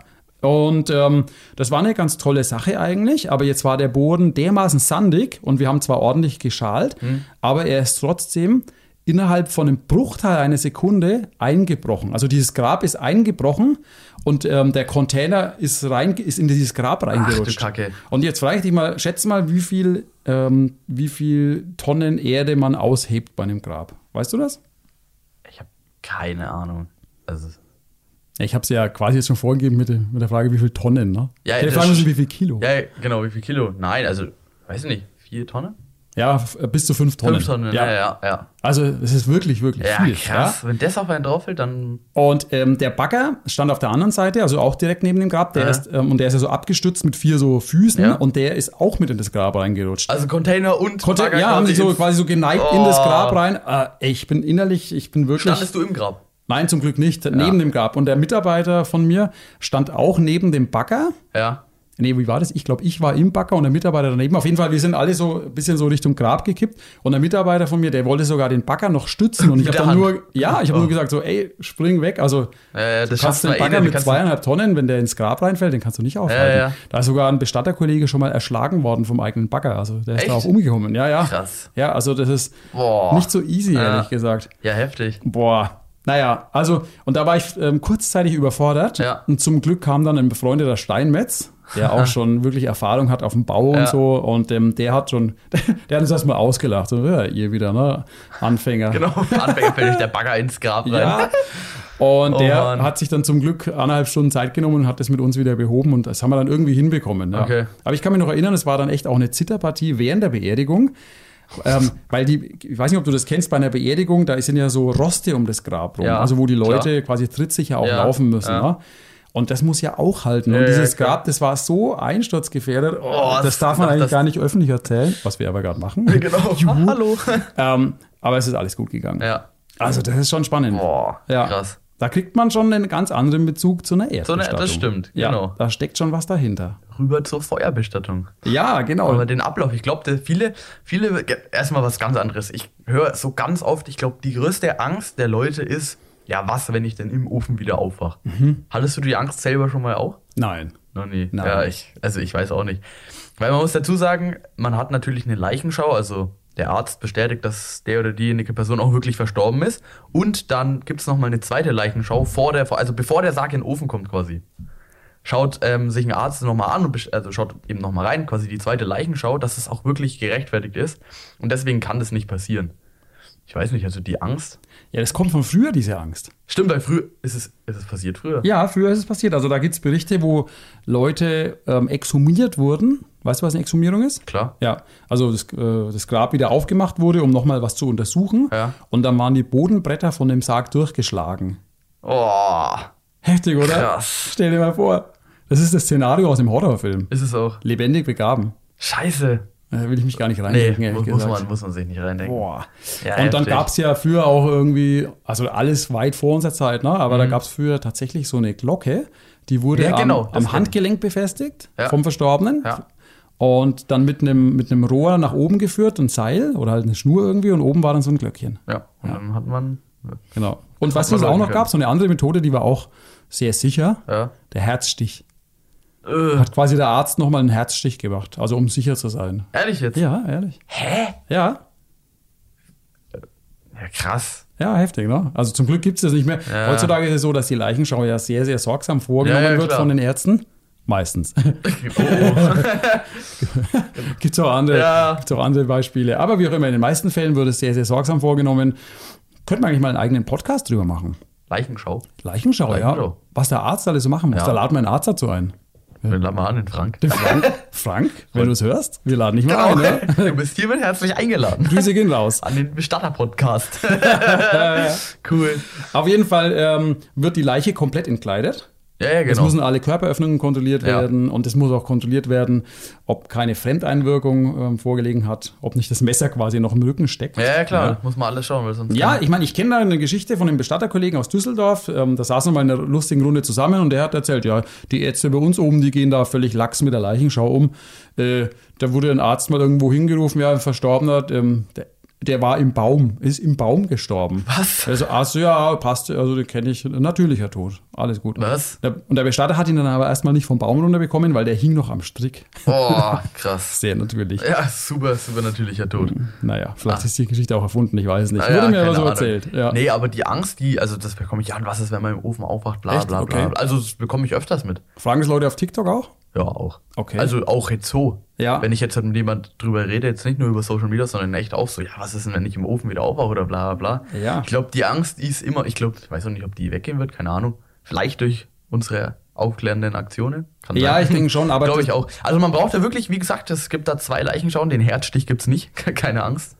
[SPEAKER 1] Und ähm, das war eine ganz tolle Sache eigentlich, aber jetzt war der Boden dermaßen sandig und wir haben zwar ordentlich geschalt,
[SPEAKER 2] Mhm.
[SPEAKER 1] aber er ist trotzdem innerhalb von einem Bruchteil einer Sekunde eingebrochen. Also dieses Grab ist eingebrochen und ähm, der Container ist, rein, ist in dieses Grab reingerutscht.
[SPEAKER 2] Kacke.
[SPEAKER 1] Und jetzt frage ich dich mal, schätz mal, wie viel, ähm, wie viel Tonnen Erde man aushebt bei einem Grab. Weißt du das?
[SPEAKER 2] Ich habe keine Ahnung. Also,
[SPEAKER 1] Ja, Ich habe es ja quasi jetzt schon vorgegeben mit, der- mit der Frage, wie viel Tonnen, ne?
[SPEAKER 2] Ja,
[SPEAKER 1] Die
[SPEAKER 2] das-
[SPEAKER 1] Frage ist, wie viel Kilo?
[SPEAKER 2] ja, genau, wie viel Kilo? Nein, also, weiß ich nicht. Vier Tonnen?
[SPEAKER 1] Ja, f- äh, bis zu fünf Tonnen.
[SPEAKER 2] Fünf Tonnen, ja, ja, ja.
[SPEAKER 1] Also es ist wirklich, wirklich
[SPEAKER 2] Ja,
[SPEAKER 1] viel.
[SPEAKER 2] krass. Wenn das auf einen drauf fällt, dann.
[SPEAKER 1] Ja? Und ähm, der Bagger stand auf der anderen Seite, also auch direkt neben dem Grab. Der
[SPEAKER 2] Ja.
[SPEAKER 1] ist, ähm, und der ist ja so abgestützt mit vier so Füßen
[SPEAKER 2] Ja.
[SPEAKER 1] und der ist auch mit in das Grab reingerutscht.
[SPEAKER 2] Also Container und.
[SPEAKER 1] Konnte,
[SPEAKER 2] Bagger
[SPEAKER 1] ja, haben sie so
[SPEAKER 2] ins-
[SPEAKER 1] quasi so geneigt in
[SPEAKER 2] Oh.
[SPEAKER 1] das Grab rein. Äh, ey, ich bin innerlich, ich bin wirklich.
[SPEAKER 2] Standest du im Grab?
[SPEAKER 1] Nein, zum Glück nicht. Neben dem Grab. Und der Mitarbeiter von mir stand auch neben dem Bagger.
[SPEAKER 2] Ja.
[SPEAKER 1] nee, wie war das? Ich glaube, ich war im Bagger und der Mitarbeiter daneben. Auf jeden Fall, wir sind alle so ein bisschen so Richtung Grab gekippt. Und der Mitarbeiter von mir, der wollte sogar den Bagger noch stützen. Und ich
[SPEAKER 2] Mit
[SPEAKER 1] habe
[SPEAKER 2] der
[SPEAKER 1] dann
[SPEAKER 2] Hand.
[SPEAKER 1] nur, ja, ich habe nur gesagt, so, ey, spring weg. Also,
[SPEAKER 2] Äh, das
[SPEAKER 1] du kannst
[SPEAKER 2] schafft man
[SPEAKER 1] den
[SPEAKER 2] eh
[SPEAKER 1] Bagger
[SPEAKER 2] nicht.
[SPEAKER 1] mit
[SPEAKER 2] Kannst-
[SPEAKER 1] zweieinhalb Tonnen, wenn der ins Grab reinfällt, den kannst du nicht aufhalten.
[SPEAKER 2] Ja, ja.
[SPEAKER 1] Da ist sogar ein Bestatterkollege schon mal erschlagen worden vom eigenen Bagger. Also, der ist
[SPEAKER 2] Echt?
[SPEAKER 1] da auch umgekommen. Ja, ja.
[SPEAKER 2] Krass.
[SPEAKER 1] Ja, also, das ist
[SPEAKER 2] Boah.
[SPEAKER 1] nicht so easy,
[SPEAKER 2] Ja.
[SPEAKER 1] ehrlich gesagt.
[SPEAKER 2] Ja, heftig.
[SPEAKER 1] Boah. Naja, also, und da war ich ähm, kurzzeitig überfordert.
[SPEAKER 2] Ja.
[SPEAKER 1] Und zum Glück kam dann ein befreundeter Steinmetz, der auch schon wirklich Erfahrung hat auf dem Bau
[SPEAKER 2] Ja.
[SPEAKER 1] und so. Und ähm, der hat schon, der hat uns erstmal ausgelacht. So, ja, ihr wieder, ne? Anfänger.
[SPEAKER 2] Genau. Anfänger fällt euch der Bagger ins Grab rein.
[SPEAKER 1] Ja. Und
[SPEAKER 2] Oh
[SPEAKER 1] der
[SPEAKER 2] Mann.
[SPEAKER 1] hat sich dann zum Glück anderthalb Stunden Zeit genommen und hat das mit uns wieder behoben und das haben wir dann irgendwie hinbekommen. Ja.
[SPEAKER 2] Okay.
[SPEAKER 1] Aber ich kann mich noch erinnern, es war dann echt auch eine Zitterpartie während der Beerdigung. Ähm, weil die, ich weiß nicht, ob du das kennst, bei einer Beerdigung, da sind ja so Roste um das Grab rum,
[SPEAKER 2] Ja,
[SPEAKER 1] also wo die Leute
[SPEAKER 2] klar.
[SPEAKER 1] quasi trittsicher auch
[SPEAKER 2] Ja,
[SPEAKER 1] laufen müssen.
[SPEAKER 2] ja.
[SPEAKER 1] Ne? Und das muss ja auch halten. Und
[SPEAKER 2] Ja, ja,
[SPEAKER 1] dieses
[SPEAKER 2] klar.
[SPEAKER 1] Grab, das war so einsturzgefährdet, oh,
[SPEAKER 2] Oh,
[SPEAKER 1] das
[SPEAKER 2] das-
[SPEAKER 1] darf man
[SPEAKER 2] das-
[SPEAKER 1] eigentlich
[SPEAKER 2] das-
[SPEAKER 1] gar nicht öffentlich erzählen, was wir aber gerade machen.
[SPEAKER 2] Genau. Hallo.
[SPEAKER 1] ähm, aber es ist alles gut gegangen.
[SPEAKER 2] Ja.
[SPEAKER 1] Also das ist schon spannend.
[SPEAKER 2] Boah,
[SPEAKER 1] ja.
[SPEAKER 2] krass.
[SPEAKER 1] Da kriegt man schon einen ganz anderen Bezug zu einer Erdbestattung.
[SPEAKER 2] das stimmt,
[SPEAKER 1] ja,
[SPEAKER 2] genau.
[SPEAKER 1] Da steckt schon was dahinter.
[SPEAKER 2] Rüber zur Feuerbestattung.
[SPEAKER 1] Ja, genau.
[SPEAKER 2] Aber den Ablauf, ich glaube, viele, viele, erstmal was ganz anderes. Ich höre so ganz oft, ich glaube, die größte Angst der Leute ist, ja, was, wenn ich denn im Ofen wieder aufwache?
[SPEAKER 1] Mhm.
[SPEAKER 2] Hattest du die Angst selber schon mal auch?
[SPEAKER 1] Nein.
[SPEAKER 2] Noch nie.
[SPEAKER 1] Nein.
[SPEAKER 2] Ja, ich, also ich weiß auch nicht. Weil man muss dazu sagen, man hat natürlich eine Leichenschau, also der Arzt bestätigt, dass der oder diejenige Person auch wirklich verstorben ist. Und dann gibt es nochmal eine zweite Leichenschau, vor der, also bevor der Sarg in den Ofen kommt quasi. Schaut ähm, sich ein Arzt nochmal an, und besch- also schaut eben nochmal rein, quasi die zweite Leichenschau, dass es auch wirklich gerechtfertigt ist. Und deswegen kann das nicht passieren. Ich weiß nicht, also die Angst.
[SPEAKER 1] Ja, das kommt von früher, diese Angst.
[SPEAKER 2] Stimmt, weil früher ist es, ist es passiert früher.
[SPEAKER 1] Ja, früher ist es passiert. Also da gibt es Berichte, wo Leute ähm, exhumiert wurden. Weißt du, was eine Exhumierung ist?
[SPEAKER 2] Klar.
[SPEAKER 1] Ja, also das, äh, das Grab wieder aufgemacht wurde, um nochmal was zu untersuchen.
[SPEAKER 2] Ja.
[SPEAKER 1] Und dann waren die Bodenbretter von dem Sarg durchgeschlagen.
[SPEAKER 2] Oh,
[SPEAKER 1] Heftig, oder?
[SPEAKER 2] Krass.
[SPEAKER 1] Stell dir mal vor. Das ist das Szenario aus dem Horrorfilm.
[SPEAKER 2] ist es auch.
[SPEAKER 1] Lebendig begraben.
[SPEAKER 2] Scheiße.
[SPEAKER 1] Da will ich mich gar nicht
[SPEAKER 2] Nee,
[SPEAKER 1] reinlegen, ehrlich
[SPEAKER 2] muss, muss,
[SPEAKER 1] gesagt.
[SPEAKER 2] man, muss man sich nicht reindenken.
[SPEAKER 1] Boah.
[SPEAKER 2] Ja,
[SPEAKER 1] und dann
[SPEAKER 2] heftig.
[SPEAKER 1] gab es ja früher auch irgendwie, also alles weit vor unserer Zeit, ne? aber da gab es früher tatsächlich so eine Glocke, die wurde
[SPEAKER 2] Mhm. Ja,
[SPEAKER 1] am,
[SPEAKER 2] genau, das
[SPEAKER 1] am
[SPEAKER 2] kenn
[SPEAKER 1] Handgelenk befestigt
[SPEAKER 2] Ja.
[SPEAKER 1] vom Verstorbenen.
[SPEAKER 2] Ja.
[SPEAKER 1] Und dann mit einem, mit einem Rohr nach oben geführt, ein Seil oder halt eine Schnur irgendwie und oben war dann so ein Glöckchen.
[SPEAKER 2] Ja, und dann hat man.
[SPEAKER 1] Genau. Und was
[SPEAKER 2] man
[SPEAKER 1] es auch
[SPEAKER 2] läuten
[SPEAKER 1] noch
[SPEAKER 2] können.
[SPEAKER 1] gab, so eine andere Methode, die war auch sehr sicher,
[SPEAKER 2] Ja.
[SPEAKER 1] der Herzstich.
[SPEAKER 2] Äh,
[SPEAKER 1] Hat quasi der Arzt nochmal einen Herzstich gemacht, also um sicher zu sein.
[SPEAKER 2] ehrlich jetzt?
[SPEAKER 1] Ja, ehrlich.
[SPEAKER 2] Hä?
[SPEAKER 1] Ja,
[SPEAKER 2] Ja, krass.
[SPEAKER 1] Ja, heftig, ne? Also zum Glück gibt es das nicht mehr.
[SPEAKER 2] Ja.
[SPEAKER 1] Heutzutage ist es so, dass die Leichenschau ja sehr, sehr sorgsam vorgenommen
[SPEAKER 2] Ja, ja,
[SPEAKER 1] wird
[SPEAKER 2] klar.
[SPEAKER 1] von den Ärzten. Meistens. Oh, Gibt es auch, andere-
[SPEAKER 2] Ja.
[SPEAKER 1] gibt's auch andere Beispiele. Aber wie auch immer, in den meisten Fällen wird es sehr, sehr sorgsam vorgenommen. Könnte man eigentlich mal einen eigenen Podcast drüber machen.
[SPEAKER 2] Leichenschau.
[SPEAKER 1] Leichenschau, ja.
[SPEAKER 2] Leichenschau.
[SPEAKER 1] Was der Arzt alles so machen muss.
[SPEAKER 2] Ja.
[SPEAKER 1] Da laden wir einen Arzt dazu ein.
[SPEAKER 2] Wir laden mal an den Frank. Genau.
[SPEAKER 1] Den Frank, Frank wenn du es hörst, wir laden dich mal ein. Ne?
[SPEAKER 2] Du bist hiermit herzlich eingeladen.
[SPEAKER 1] Grüße gehen raus.
[SPEAKER 2] An den Bestatter-Podcast. cool.
[SPEAKER 1] Auf jeden Fall ähm, wird die Leiche komplett entkleidet.
[SPEAKER 2] Ja, ja,
[SPEAKER 1] Es
[SPEAKER 2] genau.
[SPEAKER 1] müssen alle Körperöffnungen kontrolliert
[SPEAKER 2] Ja.
[SPEAKER 1] werden und es muss auch kontrolliert werden, ob keine Fremdeinwirkung ähm, vorgelegen hat, ob nicht das Messer quasi noch im Rücken steckt.
[SPEAKER 2] Ja, ja, klar. Muss man alles schauen, weil sonst.
[SPEAKER 1] Ja, ich meine, ich kenne da eine Geschichte von einem Bestatterkollegen aus Düsseldorf. Ähm, da saßen wir mal in einer lustigen Runde zusammen und der hat erzählt, ja, die Ärzte bei uns oben, die gehen da völlig lax mit der Leichenschau um. Äh, da wurde ein Arzt mal irgendwo hingerufen, ja, ein Verstorbener, ähm, der, der war im Baum, ist im Baum gestorben.
[SPEAKER 2] Was?
[SPEAKER 1] Also, also ja, passt, also den kenne ich, natürlicher Tod, alles gut.
[SPEAKER 2] Was?
[SPEAKER 1] Der, und der Bestatter hat ihn dann aber erstmal nicht vom Baum runterbekommen, weil der hing noch am Strick.
[SPEAKER 2] Boah, krass.
[SPEAKER 1] Sehr natürlich.
[SPEAKER 2] Ja, super, super natürlicher Tod.
[SPEAKER 1] Naja, vielleicht ist die Geschichte auch erfunden, ich weiß nicht.
[SPEAKER 2] Ah,
[SPEAKER 1] Wurde mir
[SPEAKER 2] keine
[SPEAKER 1] aber so
[SPEAKER 2] Ahnung.
[SPEAKER 1] erzählt. Ja.
[SPEAKER 2] Nee, aber die Angst, die, also das bekomme ich an, was ist, wenn man im Ofen aufwacht, bla
[SPEAKER 1] Echt?
[SPEAKER 2] bla bla.
[SPEAKER 1] Okay.
[SPEAKER 2] Also das bekomme ich öfters mit.
[SPEAKER 1] Fragen das Leute auf TikTok auch?
[SPEAKER 2] Ja, auch.
[SPEAKER 1] Okay.
[SPEAKER 2] Also auch jetzt so.
[SPEAKER 1] Ja.
[SPEAKER 2] Wenn ich jetzt halt mit jemand drüber rede, jetzt nicht nur über Social Media, sondern in echt auch so, ja, was ist denn, wenn ich im Ofen wieder aufwache oder bla bla bla.
[SPEAKER 1] Ja.
[SPEAKER 2] Ich glaube, die Angst die ist immer, ich glaube, ich weiß auch nicht, ob die weggehen wird, keine Ahnung. Vielleicht durch unsere aufklärenden Aktionen. Kann
[SPEAKER 1] Ja, ich denke schon, aber
[SPEAKER 2] Glaube ich
[SPEAKER 1] das-
[SPEAKER 2] auch. Also man braucht da wirklich, wie gesagt, es gibt da zwei Leichenschauen, den Herzstich gibt's nicht, keine Angst.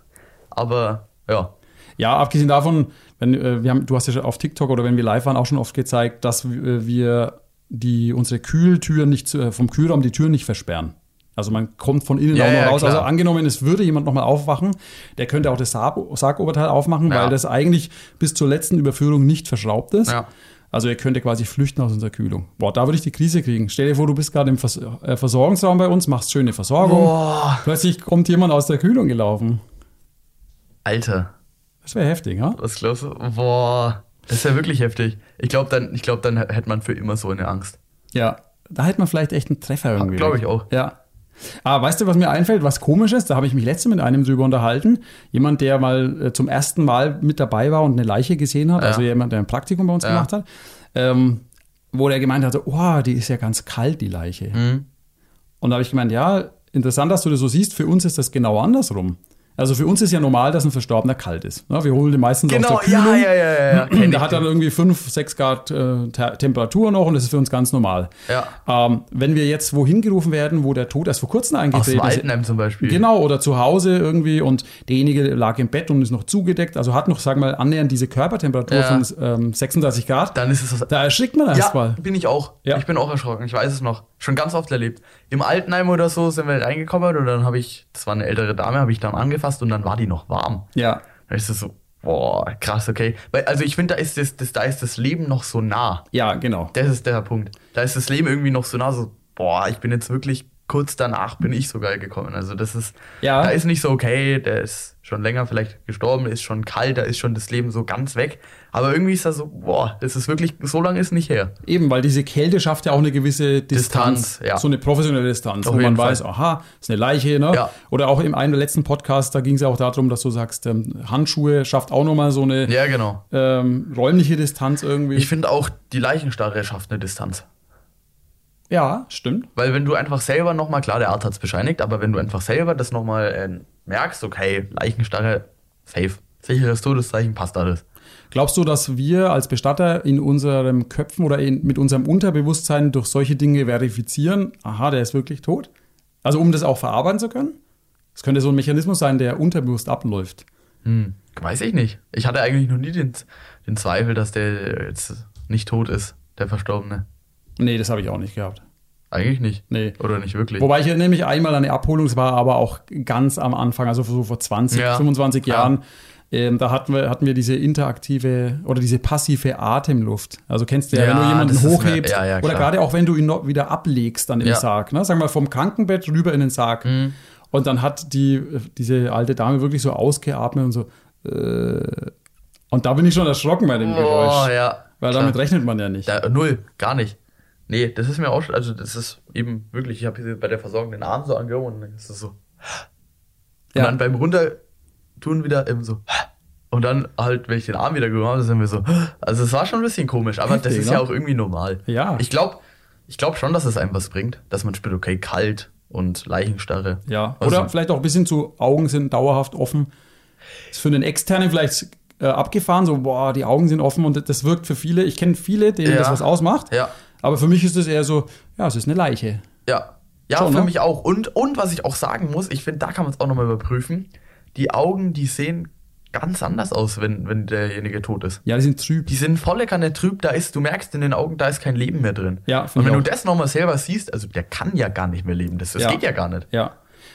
[SPEAKER 2] Aber ja.
[SPEAKER 1] Ja, abgesehen davon, wenn, äh, wir haben, du hast ja schon auf TikTok oder wenn wir live waren auch schon oft gezeigt, dass äh, wir die, unsere Kühltür nicht, zu- äh, vom Kühlraum die Tür nicht versperren. Also man kommt von innen
[SPEAKER 2] Ja,
[SPEAKER 1] auch noch
[SPEAKER 2] ja,
[SPEAKER 1] raus.
[SPEAKER 2] klar.
[SPEAKER 1] Also angenommen, es würde jemand nochmal aufwachen, der könnte auch das Sarg- Sargoberteil aufmachen,
[SPEAKER 2] Ja.
[SPEAKER 1] weil das eigentlich bis zur letzten Überführung nicht verschraubt ist.
[SPEAKER 2] Ja.
[SPEAKER 1] Also er könnte quasi flüchten aus unserer Kühlung. Boah, da würde ich die Krise kriegen. Stell dir vor, du bist gerade im Vers äh, Versorgungsraum bei uns, machst schöne Versorgung.
[SPEAKER 2] Boah.
[SPEAKER 1] Plötzlich kommt jemand aus der Kühlung gelaufen.
[SPEAKER 2] Alter,
[SPEAKER 1] Das wäre heftig, ja?
[SPEAKER 2] was glaubst du? Boah, das ist ja wirklich heftig. Ich glaube, dann, ich glaub, dann hätte man für immer so eine Angst.
[SPEAKER 1] Ja. Da hätte man vielleicht echt einen Treffer irgendwie.
[SPEAKER 2] glaub ich auch.
[SPEAKER 1] Ja. Ah, weißt du, was mir einfällt, was komisch ist? Da habe ich mich letzte mit einem drüber unterhalten. Jemand, der mal äh, zum ersten Mal mit dabei war und eine Leiche gesehen hat,
[SPEAKER 2] Ja.
[SPEAKER 1] also jemand, der ein Praktikum bei uns gemacht hat, ähm, wo der gemeint hatte, oh, die ist ja ganz kalt, die Leiche.
[SPEAKER 2] Mhm.
[SPEAKER 1] Und da habe ich gemeint, ja, interessant, dass du das so siehst. Für uns ist das genau andersrum. Also für uns ist ja normal, dass ein Verstorbener kalt ist. Ne? Wir holen den meistens
[SPEAKER 2] Genau,
[SPEAKER 1] aus der
[SPEAKER 2] ja,
[SPEAKER 1] Kühlung.
[SPEAKER 2] ja, ja, ja, ja. Kenn
[SPEAKER 1] Da
[SPEAKER 2] ich
[SPEAKER 1] hat dann
[SPEAKER 2] den.
[SPEAKER 1] irgendwie 5, 6 Grad äh, Te- Temperatur noch und das ist für uns ganz normal.
[SPEAKER 2] Ja.
[SPEAKER 1] Ähm, wenn wir jetzt wohin gerufen werden, wo der Tod erst vor kurzem
[SPEAKER 2] Aus
[SPEAKER 1] eingetreten ist.
[SPEAKER 2] Waldenheim zum Beispiel.
[SPEAKER 1] Genau, oder zu Hause irgendwie und derjenige lag im Bett und ist noch zugedeckt, also hat noch, sagen wir mal, annähernd diese Körpertemperatur
[SPEAKER 2] Ja.
[SPEAKER 1] von ähm, 36 Grad.
[SPEAKER 2] Dann ist es das.
[SPEAKER 1] da erschrickt man
[SPEAKER 2] ja,
[SPEAKER 1] erstmal.
[SPEAKER 2] bin ich auch.
[SPEAKER 1] Ja.
[SPEAKER 2] Ich bin auch erschrocken. Ich weiß es noch. Schon ganz oft erlebt. Im Altenheim oder so sind wir reingekommen und dann habe ich, das war eine ältere Dame, habe ich dann angefasst und dann war die noch warm.
[SPEAKER 1] Ja.
[SPEAKER 2] Da ist es so, boah, krass, okay. Weil, also ich finde, da ist das, das, da ist das Leben noch so nah.
[SPEAKER 1] ja, genau.
[SPEAKER 2] Das ist der Punkt. Da ist das Leben irgendwie noch so nah, so, boah, ich bin jetzt wirklich kurz danach bin ich sogar gekommen. Also das ist,
[SPEAKER 1] Ja.
[SPEAKER 2] da ist nicht so, okay, der ist schon länger vielleicht gestorben, ist schon kalt, da ist schon das Leben so ganz weg. Aber irgendwie ist das so, boah, das ist wirklich, so lange ist nicht her.
[SPEAKER 1] Eben, weil diese Kälte schafft ja auch eine gewisse Distanz.
[SPEAKER 2] Distanz, ja.
[SPEAKER 1] So eine professionelle Distanz.
[SPEAKER 2] Auf
[SPEAKER 1] wo man
[SPEAKER 2] jeden Fall.
[SPEAKER 1] weiß, aha, ist eine Leiche. Ne?
[SPEAKER 2] Ja.
[SPEAKER 1] Oder auch in einem der letzten Podcasts, da ging es ja auch darum, dass du sagst, ähm, Handschuhe schafft auch nochmal so eine
[SPEAKER 2] Ja, genau.
[SPEAKER 1] ähm, räumliche Distanz irgendwie.
[SPEAKER 2] Ich finde auch, die Leichenstarre schafft eine Distanz.
[SPEAKER 1] ja, stimmt.
[SPEAKER 2] Weil wenn du einfach selber nochmal, klar, der Arzt hat es bescheinigt, aber wenn du einfach selber das nochmal äh, merkst, okay, Leichenstarre, safe, sicheres Todeszeichen, passt alles.
[SPEAKER 1] Glaubst du, dass wir als Bestatter in unseren Köpfen oder in, mit unserem Unterbewusstsein durch solche Dinge verifizieren, aha, der ist wirklich tot? Also um das auch verarbeiten zu können? Das könnte so ein Mechanismus sein, der unterbewusst abläuft.
[SPEAKER 2] Hm, weiß ich nicht. Ich hatte eigentlich noch nie den, den Zweifel, dass der jetzt nicht tot ist, der Verstorbene.
[SPEAKER 1] Nee, das habe ich auch nicht gehabt.
[SPEAKER 2] Eigentlich nicht.
[SPEAKER 1] Nee.
[SPEAKER 2] Oder nicht wirklich.
[SPEAKER 1] Wobei ich erinnere mich einmal an eine Abholung, es war aber auch ganz am Anfang, also so vor 20,
[SPEAKER 2] Ja.
[SPEAKER 1] 25
[SPEAKER 2] Ja.
[SPEAKER 1] Jahren. Ähm, da hatten wir, hatten wir diese interaktive oder diese passive Atemluft. Also kennst du ja,
[SPEAKER 2] Ja,
[SPEAKER 1] wenn du jemanden
[SPEAKER 2] das ist
[SPEAKER 1] hochhebst
[SPEAKER 2] mir- ja, ja,
[SPEAKER 1] oder
[SPEAKER 2] klar.
[SPEAKER 1] gerade auch wenn du ihn noch wieder ablegst dann im
[SPEAKER 2] Ja. Mhm.
[SPEAKER 1] Sarg. Ne? Sagen wir mal vom Krankenbett rüber in den Sarg. Und dann hat die, diese alte Dame wirklich so ausgeatmet und so. Äh, und da bin ich schon erschrocken bei dem
[SPEAKER 2] oh,
[SPEAKER 1] Geräusch.
[SPEAKER 2] ja.
[SPEAKER 1] Weil
[SPEAKER 2] klar.
[SPEAKER 1] damit rechnet man ja nicht.
[SPEAKER 2] Da, null, gar nicht. Nee, das ist mir auch schon, also das ist eben wirklich, ich habe bei der Versorgung den Arm so angehoben und dann ist es so.
[SPEAKER 1] Ja.
[SPEAKER 2] Und dann beim Runter tun wieder eben so. Und dann halt, wenn ich den Arm wieder gehoben habe, sind wir so. Also es war schon ein bisschen komisch, aber das
[SPEAKER 1] Heftig,
[SPEAKER 2] ist
[SPEAKER 1] ne?
[SPEAKER 2] ja auch irgendwie normal.
[SPEAKER 1] Ja.
[SPEAKER 2] Ich glaube ich glaub schon, dass es einem was bringt, dass man spürt, okay, kalt und Leichenstarre.
[SPEAKER 1] Ja,
[SPEAKER 2] Also-
[SPEAKER 1] oder vielleicht auch ein bisschen zu Augen sind dauerhaft offen. Ist für den Externen vielleicht äh, abgefahren, so, boah, die Augen sind offen und das wirkt für viele. Ich kenne viele, denen
[SPEAKER 2] Ja.
[SPEAKER 1] das was ausmacht.
[SPEAKER 2] Ja.
[SPEAKER 1] Aber für mich ist es eher so, ja, es ist eine Leiche.
[SPEAKER 2] Ja, ja
[SPEAKER 1] Schon,
[SPEAKER 2] für
[SPEAKER 1] ne?
[SPEAKER 2] mich auch. Und, und was ich auch sagen muss, ich finde, da kann man es auch nochmal überprüfen. Die Augen, die sehen ganz anders aus, wenn, wenn derjenige tot ist.
[SPEAKER 1] Ja, die sind trüb.
[SPEAKER 2] Die sind volle Kanne trüb, da ist, du merkst in den Augen, da ist kein Leben mehr drin.
[SPEAKER 1] Ja,
[SPEAKER 2] Und
[SPEAKER 1] find
[SPEAKER 2] wenn
[SPEAKER 1] ich
[SPEAKER 2] du
[SPEAKER 1] auch.
[SPEAKER 2] das nochmal selber siehst, also der kann ja gar nicht mehr leben, das, das
[SPEAKER 1] Ja.
[SPEAKER 2] geht ja gar nicht.
[SPEAKER 1] Ja.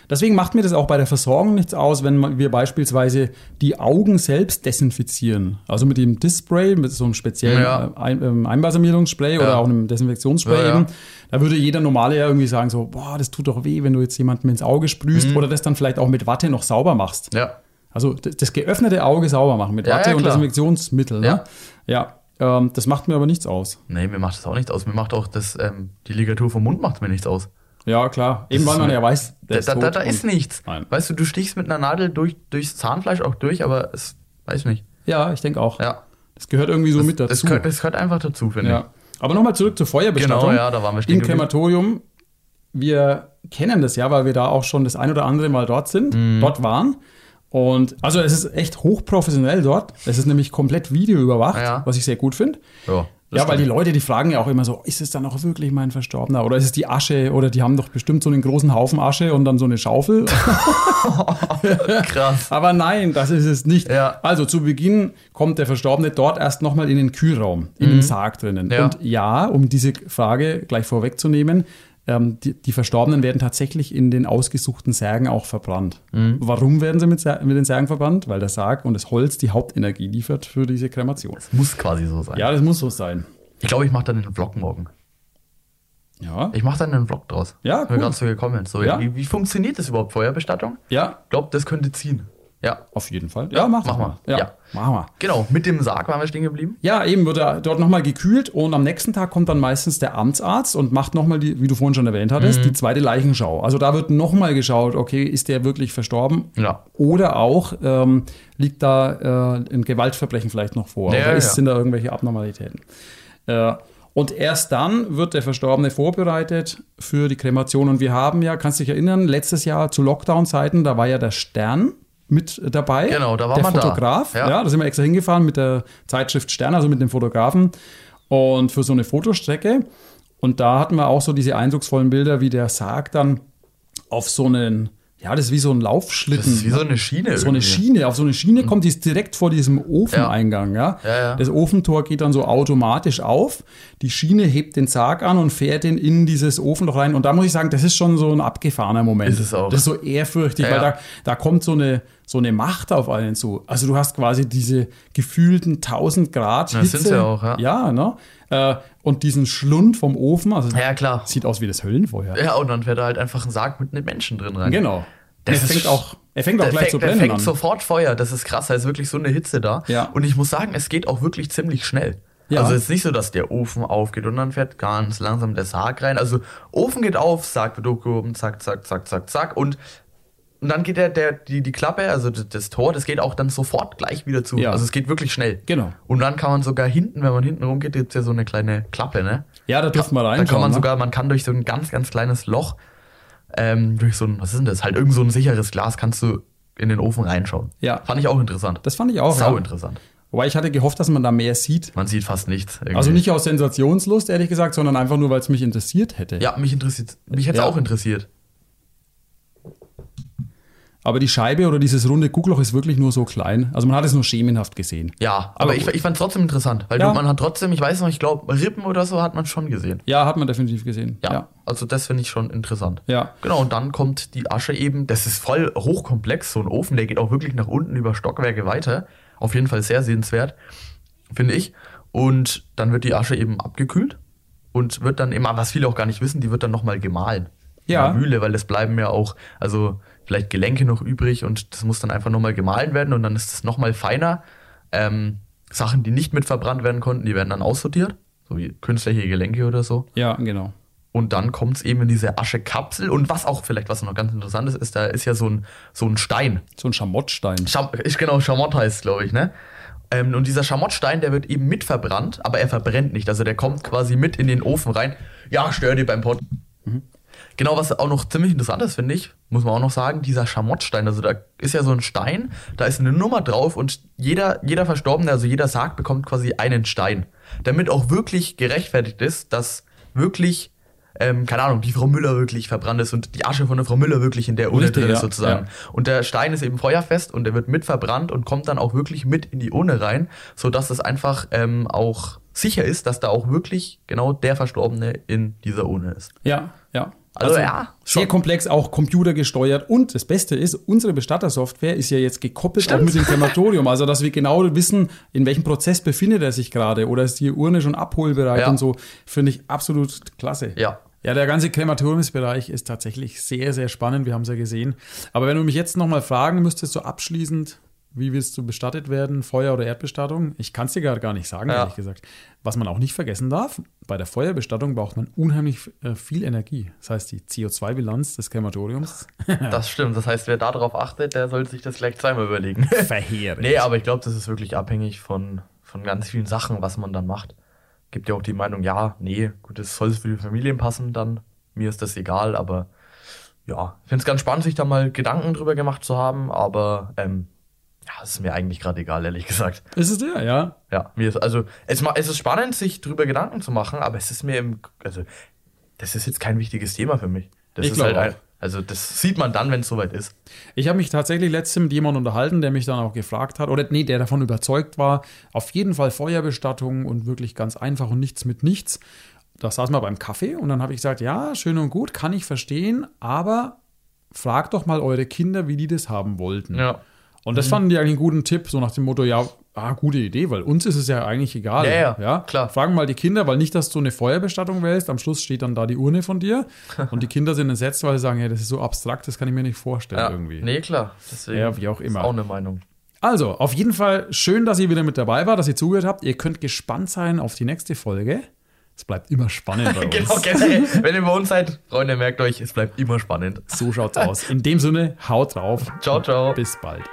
[SPEAKER 1] Deswegen macht mir das auch bei der Versorgung nichts aus, wenn man- wir beispielsweise die Augen selbst desinfizieren. Also mit dem Dispray, mit so einem speziellen
[SPEAKER 2] Ja.
[SPEAKER 1] äh, Ein ähm, Einbalsamierungsspray oder auch einem Desinfektionsspray
[SPEAKER 2] Ja, ja.
[SPEAKER 1] eben. Da würde jeder Normale ja irgendwie sagen so, boah, das tut doch weh, wenn du jetzt jemandem ins Auge sprühst oder das dann vielleicht auch mit Watte noch sauber machst.
[SPEAKER 2] Mhm. Ja.
[SPEAKER 1] Also das, das geöffnete Auge sauber machen mit
[SPEAKER 2] Ja,
[SPEAKER 1] Watte
[SPEAKER 2] ja,
[SPEAKER 1] und
[SPEAKER 2] klar.
[SPEAKER 1] Desinfektionsmittel. Ne?
[SPEAKER 2] Ja.
[SPEAKER 1] Ja, ähm, das macht mir aber nichts aus.
[SPEAKER 2] Nee, mir macht das auch nichts aus. Mir macht auch das, ähm, die Ligatur vom Mund macht mir nichts aus.
[SPEAKER 1] Ja, klar. Eben
[SPEAKER 2] Das
[SPEAKER 1] weil
[SPEAKER 2] ist
[SPEAKER 1] man
[SPEAKER 2] mir-
[SPEAKER 1] ja weiß, der
[SPEAKER 2] Da, da, da,
[SPEAKER 1] tot
[SPEAKER 2] da ist
[SPEAKER 1] und-
[SPEAKER 2] nichts.
[SPEAKER 1] Nein.
[SPEAKER 2] Weißt du, du stichst mit einer Nadel durch, durchs Zahnfleisch auch durch, aber es weiß nicht.
[SPEAKER 1] Ja, ich denke auch.
[SPEAKER 2] Ja.
[SPEAKER 1] Das gehört irgendwie so mit dazu.
[SPEAKER 2] Das gehört, das gehört einfach dazu, finde ich.
[SPEAKER 1] Ja. Aber nochmal zurück zur Feuerbestattung.
[SPEAKER 2] Genau, ja, da waren wir stehen
[SPEAKER 1] Im
[SPEAKER 2] geblieben.
[SPEAKER 1] Krematorium. Wir kennen das ja, weil wir da auch schon das ein oder andere Mal dort sind,
[SPEAKER 2] Mhm.
[SPEAKER 1] dort waren. Und also es ist echt hochprofessionell dort. Es ist nämlich komplett videoüberwacht,
[SPEAKER 2] Ja.
[SPEAKER 1] was ich sehr gut finde.
[SPEAKER 2] Ja, das
[SPEAKER 1] Ja, weil die
[SPEAKER 2] stimmt.
[SPEAKER 1] Leute, die fragen ja auch immer so, ist es dann auch wirklich mein Verstorbener? Oder ist es die Asche? Oder die haben doch bestimmt so einen großen Haufen Asche und dann so eine Schaufel.
[SPEAKER 2] Krass.
[SPEAKER 1] Aber nein, das ist es nicht.
[SPEAKER 2] Ja.
[SPEAKER 1] Also zu Beginn kommt der Verstorbene dort erst nochmal in den Kühlraum, in den Sarg drinnen.
[SPEAKER 2] Mhm. Ja.
[SPEAKER 1] Und ja, um diese Frage gleich vorwegzunehmen, ähm, die, die Verstorbenen werden tatsächlich in den ausgesuchten Särgen auch verbrannt.
[SPEAKER 2] Mhm.
[SPEAKER 1] Warum werden sie mit, Sär- mit den Särgen verbrannt? Weil der Sarg und das Holz die Hauptenergie liefert für diese Kremation.
[SPEAKER 2] Muss quasi so sein.
[SPEAKER 1] Ja, das muss so sein.
[SPEAKER 2] Ich glaube, ich mache dann einen Vlog morgen.
[SPEAKER 1] Ja.
[SPEAKER 2] Ich mache dann einen Vlog draus.
[SPEAKER 1] Ja,
[SPEAKER 2] Ist mir
[SPEAKER 1] cool.
[SPEAKER 2] gerade so gekommen. So,
[SPEAKER 1] Ja.
[SPEAKER 2] wie, wie funktioniert das überhaupt, Feuerbestattung?
[SPEAKER 1] Ja,
[SPEAKER 2] Ich glaube, das könnte ziehen. Ja,
[SPEAKER 1] auf jeden Fall. Ja, mach,
[SPEAKER 2] mach
[SPEAKER 1] mal.
[SPEAKER 2] mal.
[SPEAKER 1] Ja,
[SPEAKER 2] Ja.
[SPEAKER 1] mach mal.
[SPEAKER 2] genau. Mit dem Sarg waren wir stehen geblieben.
[SPEAKER 1] Ja, eben wird er dort nochmal gekühlt und am nächsten Tag kommt dann meistens der Amtsarzt und macht nochmal die, wie du vorhin schon erwähnt hattest, die zweite Leichenschau. Also da wird nochmal geschaut, okay, ist der wirklich verstorben?
[SPEAKER 2] Ja.
[SPEAKER 1] Oder auch ähm, liegt da äh, ein Gewaltverbrechen vielleicht noch vor?
[SPEAKER 2] Ja,
[SPEAKER 1] oder ist,
[SPEAKER 2] ja.
[SPEAKER 1] sind da irgendwelche Abnormalitäten? Äh, und erst dann wird der Verstorbene vorbereitet für die Kremation. Und wir haben ja, kannst dich erinnern, letztes Jahr zu Lockdown-Zeiten, da war ja der Stern mit äh, dabei.
[SPEAKER 2] Genau, da war
[SPEAKER 1] der
[SPEAKER 2] man da.
[SPEAKER 1] Fotograf.
[SPEAKER 2] Ja.
[SPEAKER 1] Ja, da sind wir extra hingefahren mit der Zeitschrift Stern, also mit dem Fotografen. Und für so eine Fotostrecke. Und da hatten wir auch so diese eindrucksvollen Bilder, wie der Sarg dann auf so einen, ja, das ist wie so ein Laufschlitten.
[SPEAKER 2] Das ist wie Mhm. so eine Schiene.
[SPEAKER 1] So eine
[SPEAKER 2] irgendwie.
[SPEAKER 1] Schiene. Auf so eine Schiene kommt die ist direkt vor diesem Ofeneingang. Ja.
[SPEAKER 2] Mhm. Ja, ja.
[SPEAKER 1] Das Ofentor geht dann so automatisch auf. Die Schiene hebt den Sarg an und fährt den in dieses Ofenloch rein. Und da muss ich sagen, das ist schon so ein abgefahrener Moment.
[SPEAKER 2] Ist es auch.
[SPEAKER 1] Das ist so ehrfürchtig,
[SPEAKER 2] Ja,
[SPEAKER 1] weil
[SPEAKER 2] ja.
[SPEAKER 1] Da, da kommt so eine, so eine Macht auf einen zu. Also du hast quasi diese gefühlten 1000 Grad
[SPEAKER 2] Ja, das sind sie auch, ja.
[SPEAKER 1] ja ne? Äh, Und diesen Schlund vom Ofen, also
[SPEAKER 2] Ja, klar.
[SPEAKER 1] sieht aus wie das Höllenfeuer.
[SPEAKER 2] Ja, und dann fährt da halt einfach ein Sarg mit einem Menschen drin rein.
[SPEAKER 1] Genau.
[SPEAKER 2] Das
[SPEAKER 1] er
[SPEAKER 2] ist-
[SPEAKER 1] fängt auch, er fängt auch
[SPEAKER 2] Der
[SPEAKER 1] gleich
[SPEAKER 2] fängt,
[SPEAKER 1] zu
[SPEAKER 2] der
[SPEAKER 1] brennen
[SPEAKER 2] fängt
[SPEAKER 1] an.
[SPEAKER 2] sofort Feuer, das ist krass, da ist wirklich so eine Hitze da.
[SPEAKER 1] Ja.
[SPEAKER 2] Und ich muss sagen, es geht auch wirklich ziemlich schnell.
[SPEAKER 1] Ja.
[SPEAKER 2] Also es ist nicht so, dass der Ofen aufgeht und dann fährt ganz langsam der Sarg rein. Also Ofen geht auf, Sarg wird hochgehoben, zack, zack, zack, zack, zack. Und, und dann geht der, der, die, die Klappe, also das, das Tor, das geht auch dann sofort gleich wieder zu.
[SPEAKER 1] Ja.
[SPEAKER 2] Also es geht wirklich schnell.
[SPEAKER 1] Genau.
[SPEAKER 2] Und dann kann man sogar hinten, wenn man hinten rumgeht, gibt's ja so eine kleine Klappe, ne?
[SPEAKER 1] Ja, da dürfen wir
[SPEAKER 2] Da kann
[SPEAKER 1] reinschauen.
[SPEAKER 2] man
[SPEAKER 1] ne?
[SPEAKER 2] sogar, man kann durch so ein ganz, ganz kleines Loch, ähm, durch so ein, was ist denn das? Halt irgend so ein sicheres Glas kannst du in den Ofen reinschauen.
[SPEAKER 1] Ja.
[SPEAKER 2] Fand ich auch interessant.
[SPEAKER 1] Das fand ich auch.
[SPEAKER 2] Sau
[SPEAKER 1] ja.
[SPEAKER 2] interessant.
[SPEAKER 1] Wobei ich hatte gehofft, dass man da mehr sieht.
[SPEAKER 2] Man sieht fast nichts. irgendwie.
[SPEAKER 1] Also nicht aus Sensationslust, ehrlich gesagt, sondern einfach nur, weil es mich interessiert hätte.
[SPEAKER 2] Ja, mich interessiert, mich hätte es
[SPEAKER 1] Ja.
[SPEAKER 2] auch interessiert.
[SPEAKER 1] Aber die Scheibe oder dieses runde Guckloch ist wirklich nur so klein. Also man hat es nur schemenhaft gesehen.
[SPEAKER 2] Ja, aber,
[SPEAKER 1] Aber
[SPEAKER 2] ich,
[SPEAKER 1] gut.
[SPEAKER 2] ich fand es trotzdem interessant, weil
[SPEAKER 1] Ja.
[SPEAKER 2] du, man hat trotzdem, ich weiß noch, ich glaube, Rippen oder so hat man schon gesehen.
[SPEAKER 1] Ja, hat man definitiv gesehen.
[SPEAKER 2] Ja.
[SPEAKER 1] ja.
[SPEAKER 2] Also das finde ich schon interessant.
[SPEAKER 1] Ja.
[SPEAKER 2] Genau, und dann kommt die Asche eben, das ist voll hochkomplex, so ein Ofen, der geht auch wirklich nach unten über Stockwerke weiter. Auf jeden Fall sehr sehenswert, finde ich. Und dann wird die Asche eben abgekühlt und wird dann immer, was viele auch gar nicht wissen, die wird dann nochmal gemahlen.
[SPEAKER 1] Ja.
[SPEAKER 2] In der Mühle, weil es bleiben ja auch, also vielleicht Gelenke noch übrig und das muss dann einfach nochmal gemahlen werden und dann ist es nochmal feiner. Ähm, Sachen, die nicht mit verbrannt werden konnten, die werden dann aussortiert, so wie künstliche Gelenke oder so.
[SPEAKER 1] Ja, genau.
[SPEAKER 2] Und dann kommt es eben in diese Aschekapsel. Und was auch vielleicht, was noch ganz interessant ist, ist, da ist ja so ein, so ein Stein.
[SPEAKER 1] So ein Schamottstein.
[SPEAKER 2] Scham ich, genau, Schamott heißt, glaube ich, ne? Ähm, und dieser Schamottstein, der wird eben mit verbrannt, aber er verbrennt nicht. Also der kommt quasi mit in den Ofen rein. Ja, stör dir beim Pott. Genau, was auch noch ziemlich interessant ist, finde ich, muss man auch noch sagen, dieser Schamottstein, also da ist ja so ein Stein, da ist eine Nummer drauf und jeder, jeder Verstorbene, also jeder Sarg bekommt quasi einen Stein. Damit auch wirklich gerechtfertigt ist, dass wirklich, ähm, keine Ahnung, die Frau Müller wirklich verbrannt ist und die Asche von der Frau Müller wirklich in der Urne
[SPEAKER 1] Richtig,
[SPEAKER 2] drin ist
[SPEAKER 1] ja,
[SPEAKER 2] sozusagen.
[SPEAKER 1] ja.
[SPEAKER 2] Und der Stein ist eben feuerfest und der wird mit verbrannt und kommt dann auch wirklich mit in die Urne rein, sodass es einfach ähm, auch sicher ist, dass da auch wirklich genau der Verstorbene in dieser Urne ist.
[SPEAKER 1] Ja, ja.
[SPEAKER 2] Also ja,
[SPEAKER 1] sehr
[SPEAKER 2] schon.
[SPEAKER 1] komplex, auch computergesteuert. Und das Beste ist, unsere Bestattersoftware ist ja jetzt gekoppelt auch mit dem Krematorium. Also, dass wir genau wissen, in welchem Prozess befindet er sich gerade. Oder ist die Urne schon abholbereit
[SPEAKER 2] Ja.
[SPEAKER 1] und so. Finde ich absolut klasse.
[SPEAKER 2] Ja.
[SPEAKER 1] Ja, der ganze Krematoriumsbereich ist tatsächlich sehr, sehr spannend. Wir haben es ja gesehen. Aber wenn du mich jetzt nochmal fragen müsstest, so abschließend, wie willst du bestattet werden? Feuer- oder Erdbestattung? Ich kann es dir gar gar nicht sagen,
[SPEAKER 2] Ja.
[SPEAKER 1] ehrlich gesagt. Was man auch nicht vergessen darf, bei der Feuerbestattung braucht man unheimlich äh, viel Energie. Das heißt, die CO2-Bilanz des Krematoriums
[SPEAKER 2] Das stimmt. Das heißt, wer darauf achtet, der sollte sich das gleich zweimal überlegen.
[SPEAKER 1] verheerend.
[SPEAKER 2] nee, aber ich glaube, das ist wirklich abhängig von, von ganz vielen Sachen, was man dann macht. Gibt ja auch die Meinung, ja, nee, gut, das soll für die Familien passen, dann mir ist das egal, aber ja, ich finde es ganz spannend, sich da mal Gedanken drüber gemacht zu haben, aber ähm, ja, ist mir eigentlich gerade egal, ehrlich gesagt.
[SPEAKER 1] Ist es der, ja?
[SPEAKER 2] Ja, mir ist, also, es, ma- es ist spannend, sich drüber Gedanken zu machen, aber es ist mir im, also, das ist jetzt kein wichtiges Thema für mich. Das
[SPEAKER 1] Ich
[SPEAKER 2] ist
[SPEAKER 1] glaub
[SPEAKER 2] halt ein,
[SPEAKER 1] auch.
[SPEAKER 2] also, das sieht man dann, wenn es soweit ist.
[SPEAKER 1] Ich habe mich tatsächlich letztens mit jemandem unterhalten, der mich dann auch gefragt hat, oder nee, der davon überzeugt war, auf jeden Fall Feuerbestattung und wirklich ganz einfach und nichts mit nichts. Da saß mal beim Kaffee und dann habe ich gesagt, ja, schön und gut, kann ich verstehen, aber fragt doch mal eure Kinder, wie die das haben wollten.
[SPEAKER 2] Ja. Mhm.
[SPEAKER 1] Und das fanden die eigentlich einen guten Tipp, so nach dem Motto, ja, Ah, gute Idee, weil uns ist es ja eigentlich egal.
[SPEAKER 2] Ja, ja, klar.
[SPEAKER 1] Fragen mal die Kinder, weil nicht, dass du eine Feuerbestattung wählst. Am Schluss steht dann da die Urne von dir. Und die Kinder sind entsetzt, weil sie sagen, hey, das ist so abstrakt, das kann ich mir nicht vorstellen
[SPEAKER 2] Ja,
[SPEAKER 1] irgendwie.
[SPEAKER 2] Nee, klar. Deswegen
[SPEAKER 1] Ja, wie auch immer.
[SPEAKER 2] Ist auch eine Meinung.
[SPEAKER 1] Also, auf jeden Fall schön, dass ihr wieder mit dabei wart, dass ihr zugehört habt. Ihr könnt gespannt sein auf die nächste Folge. Es bleibt immer spannend bei uns.
[SPEAKER 2] Genau, generell. Wenn ihr bei uns seid, Freunde, merkt euch, es bleibt immer spannend.
[SPEAKER 1] So schaut's aus. In dem Sinne, haut drauf.
[SPEAKER 2] Ciao, ciao.
[SPEAKER 1] Bis bald.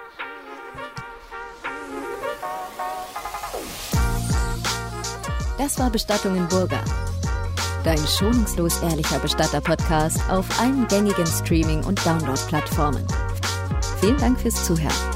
[SPEAKER 3] Das war Bestattungen Burger. Dein schonungslos ehrlicher Bestatter-Podcast auf allen gängigen Streaming- und Download-Plattformen. Vielen Dank fürs Zuhören.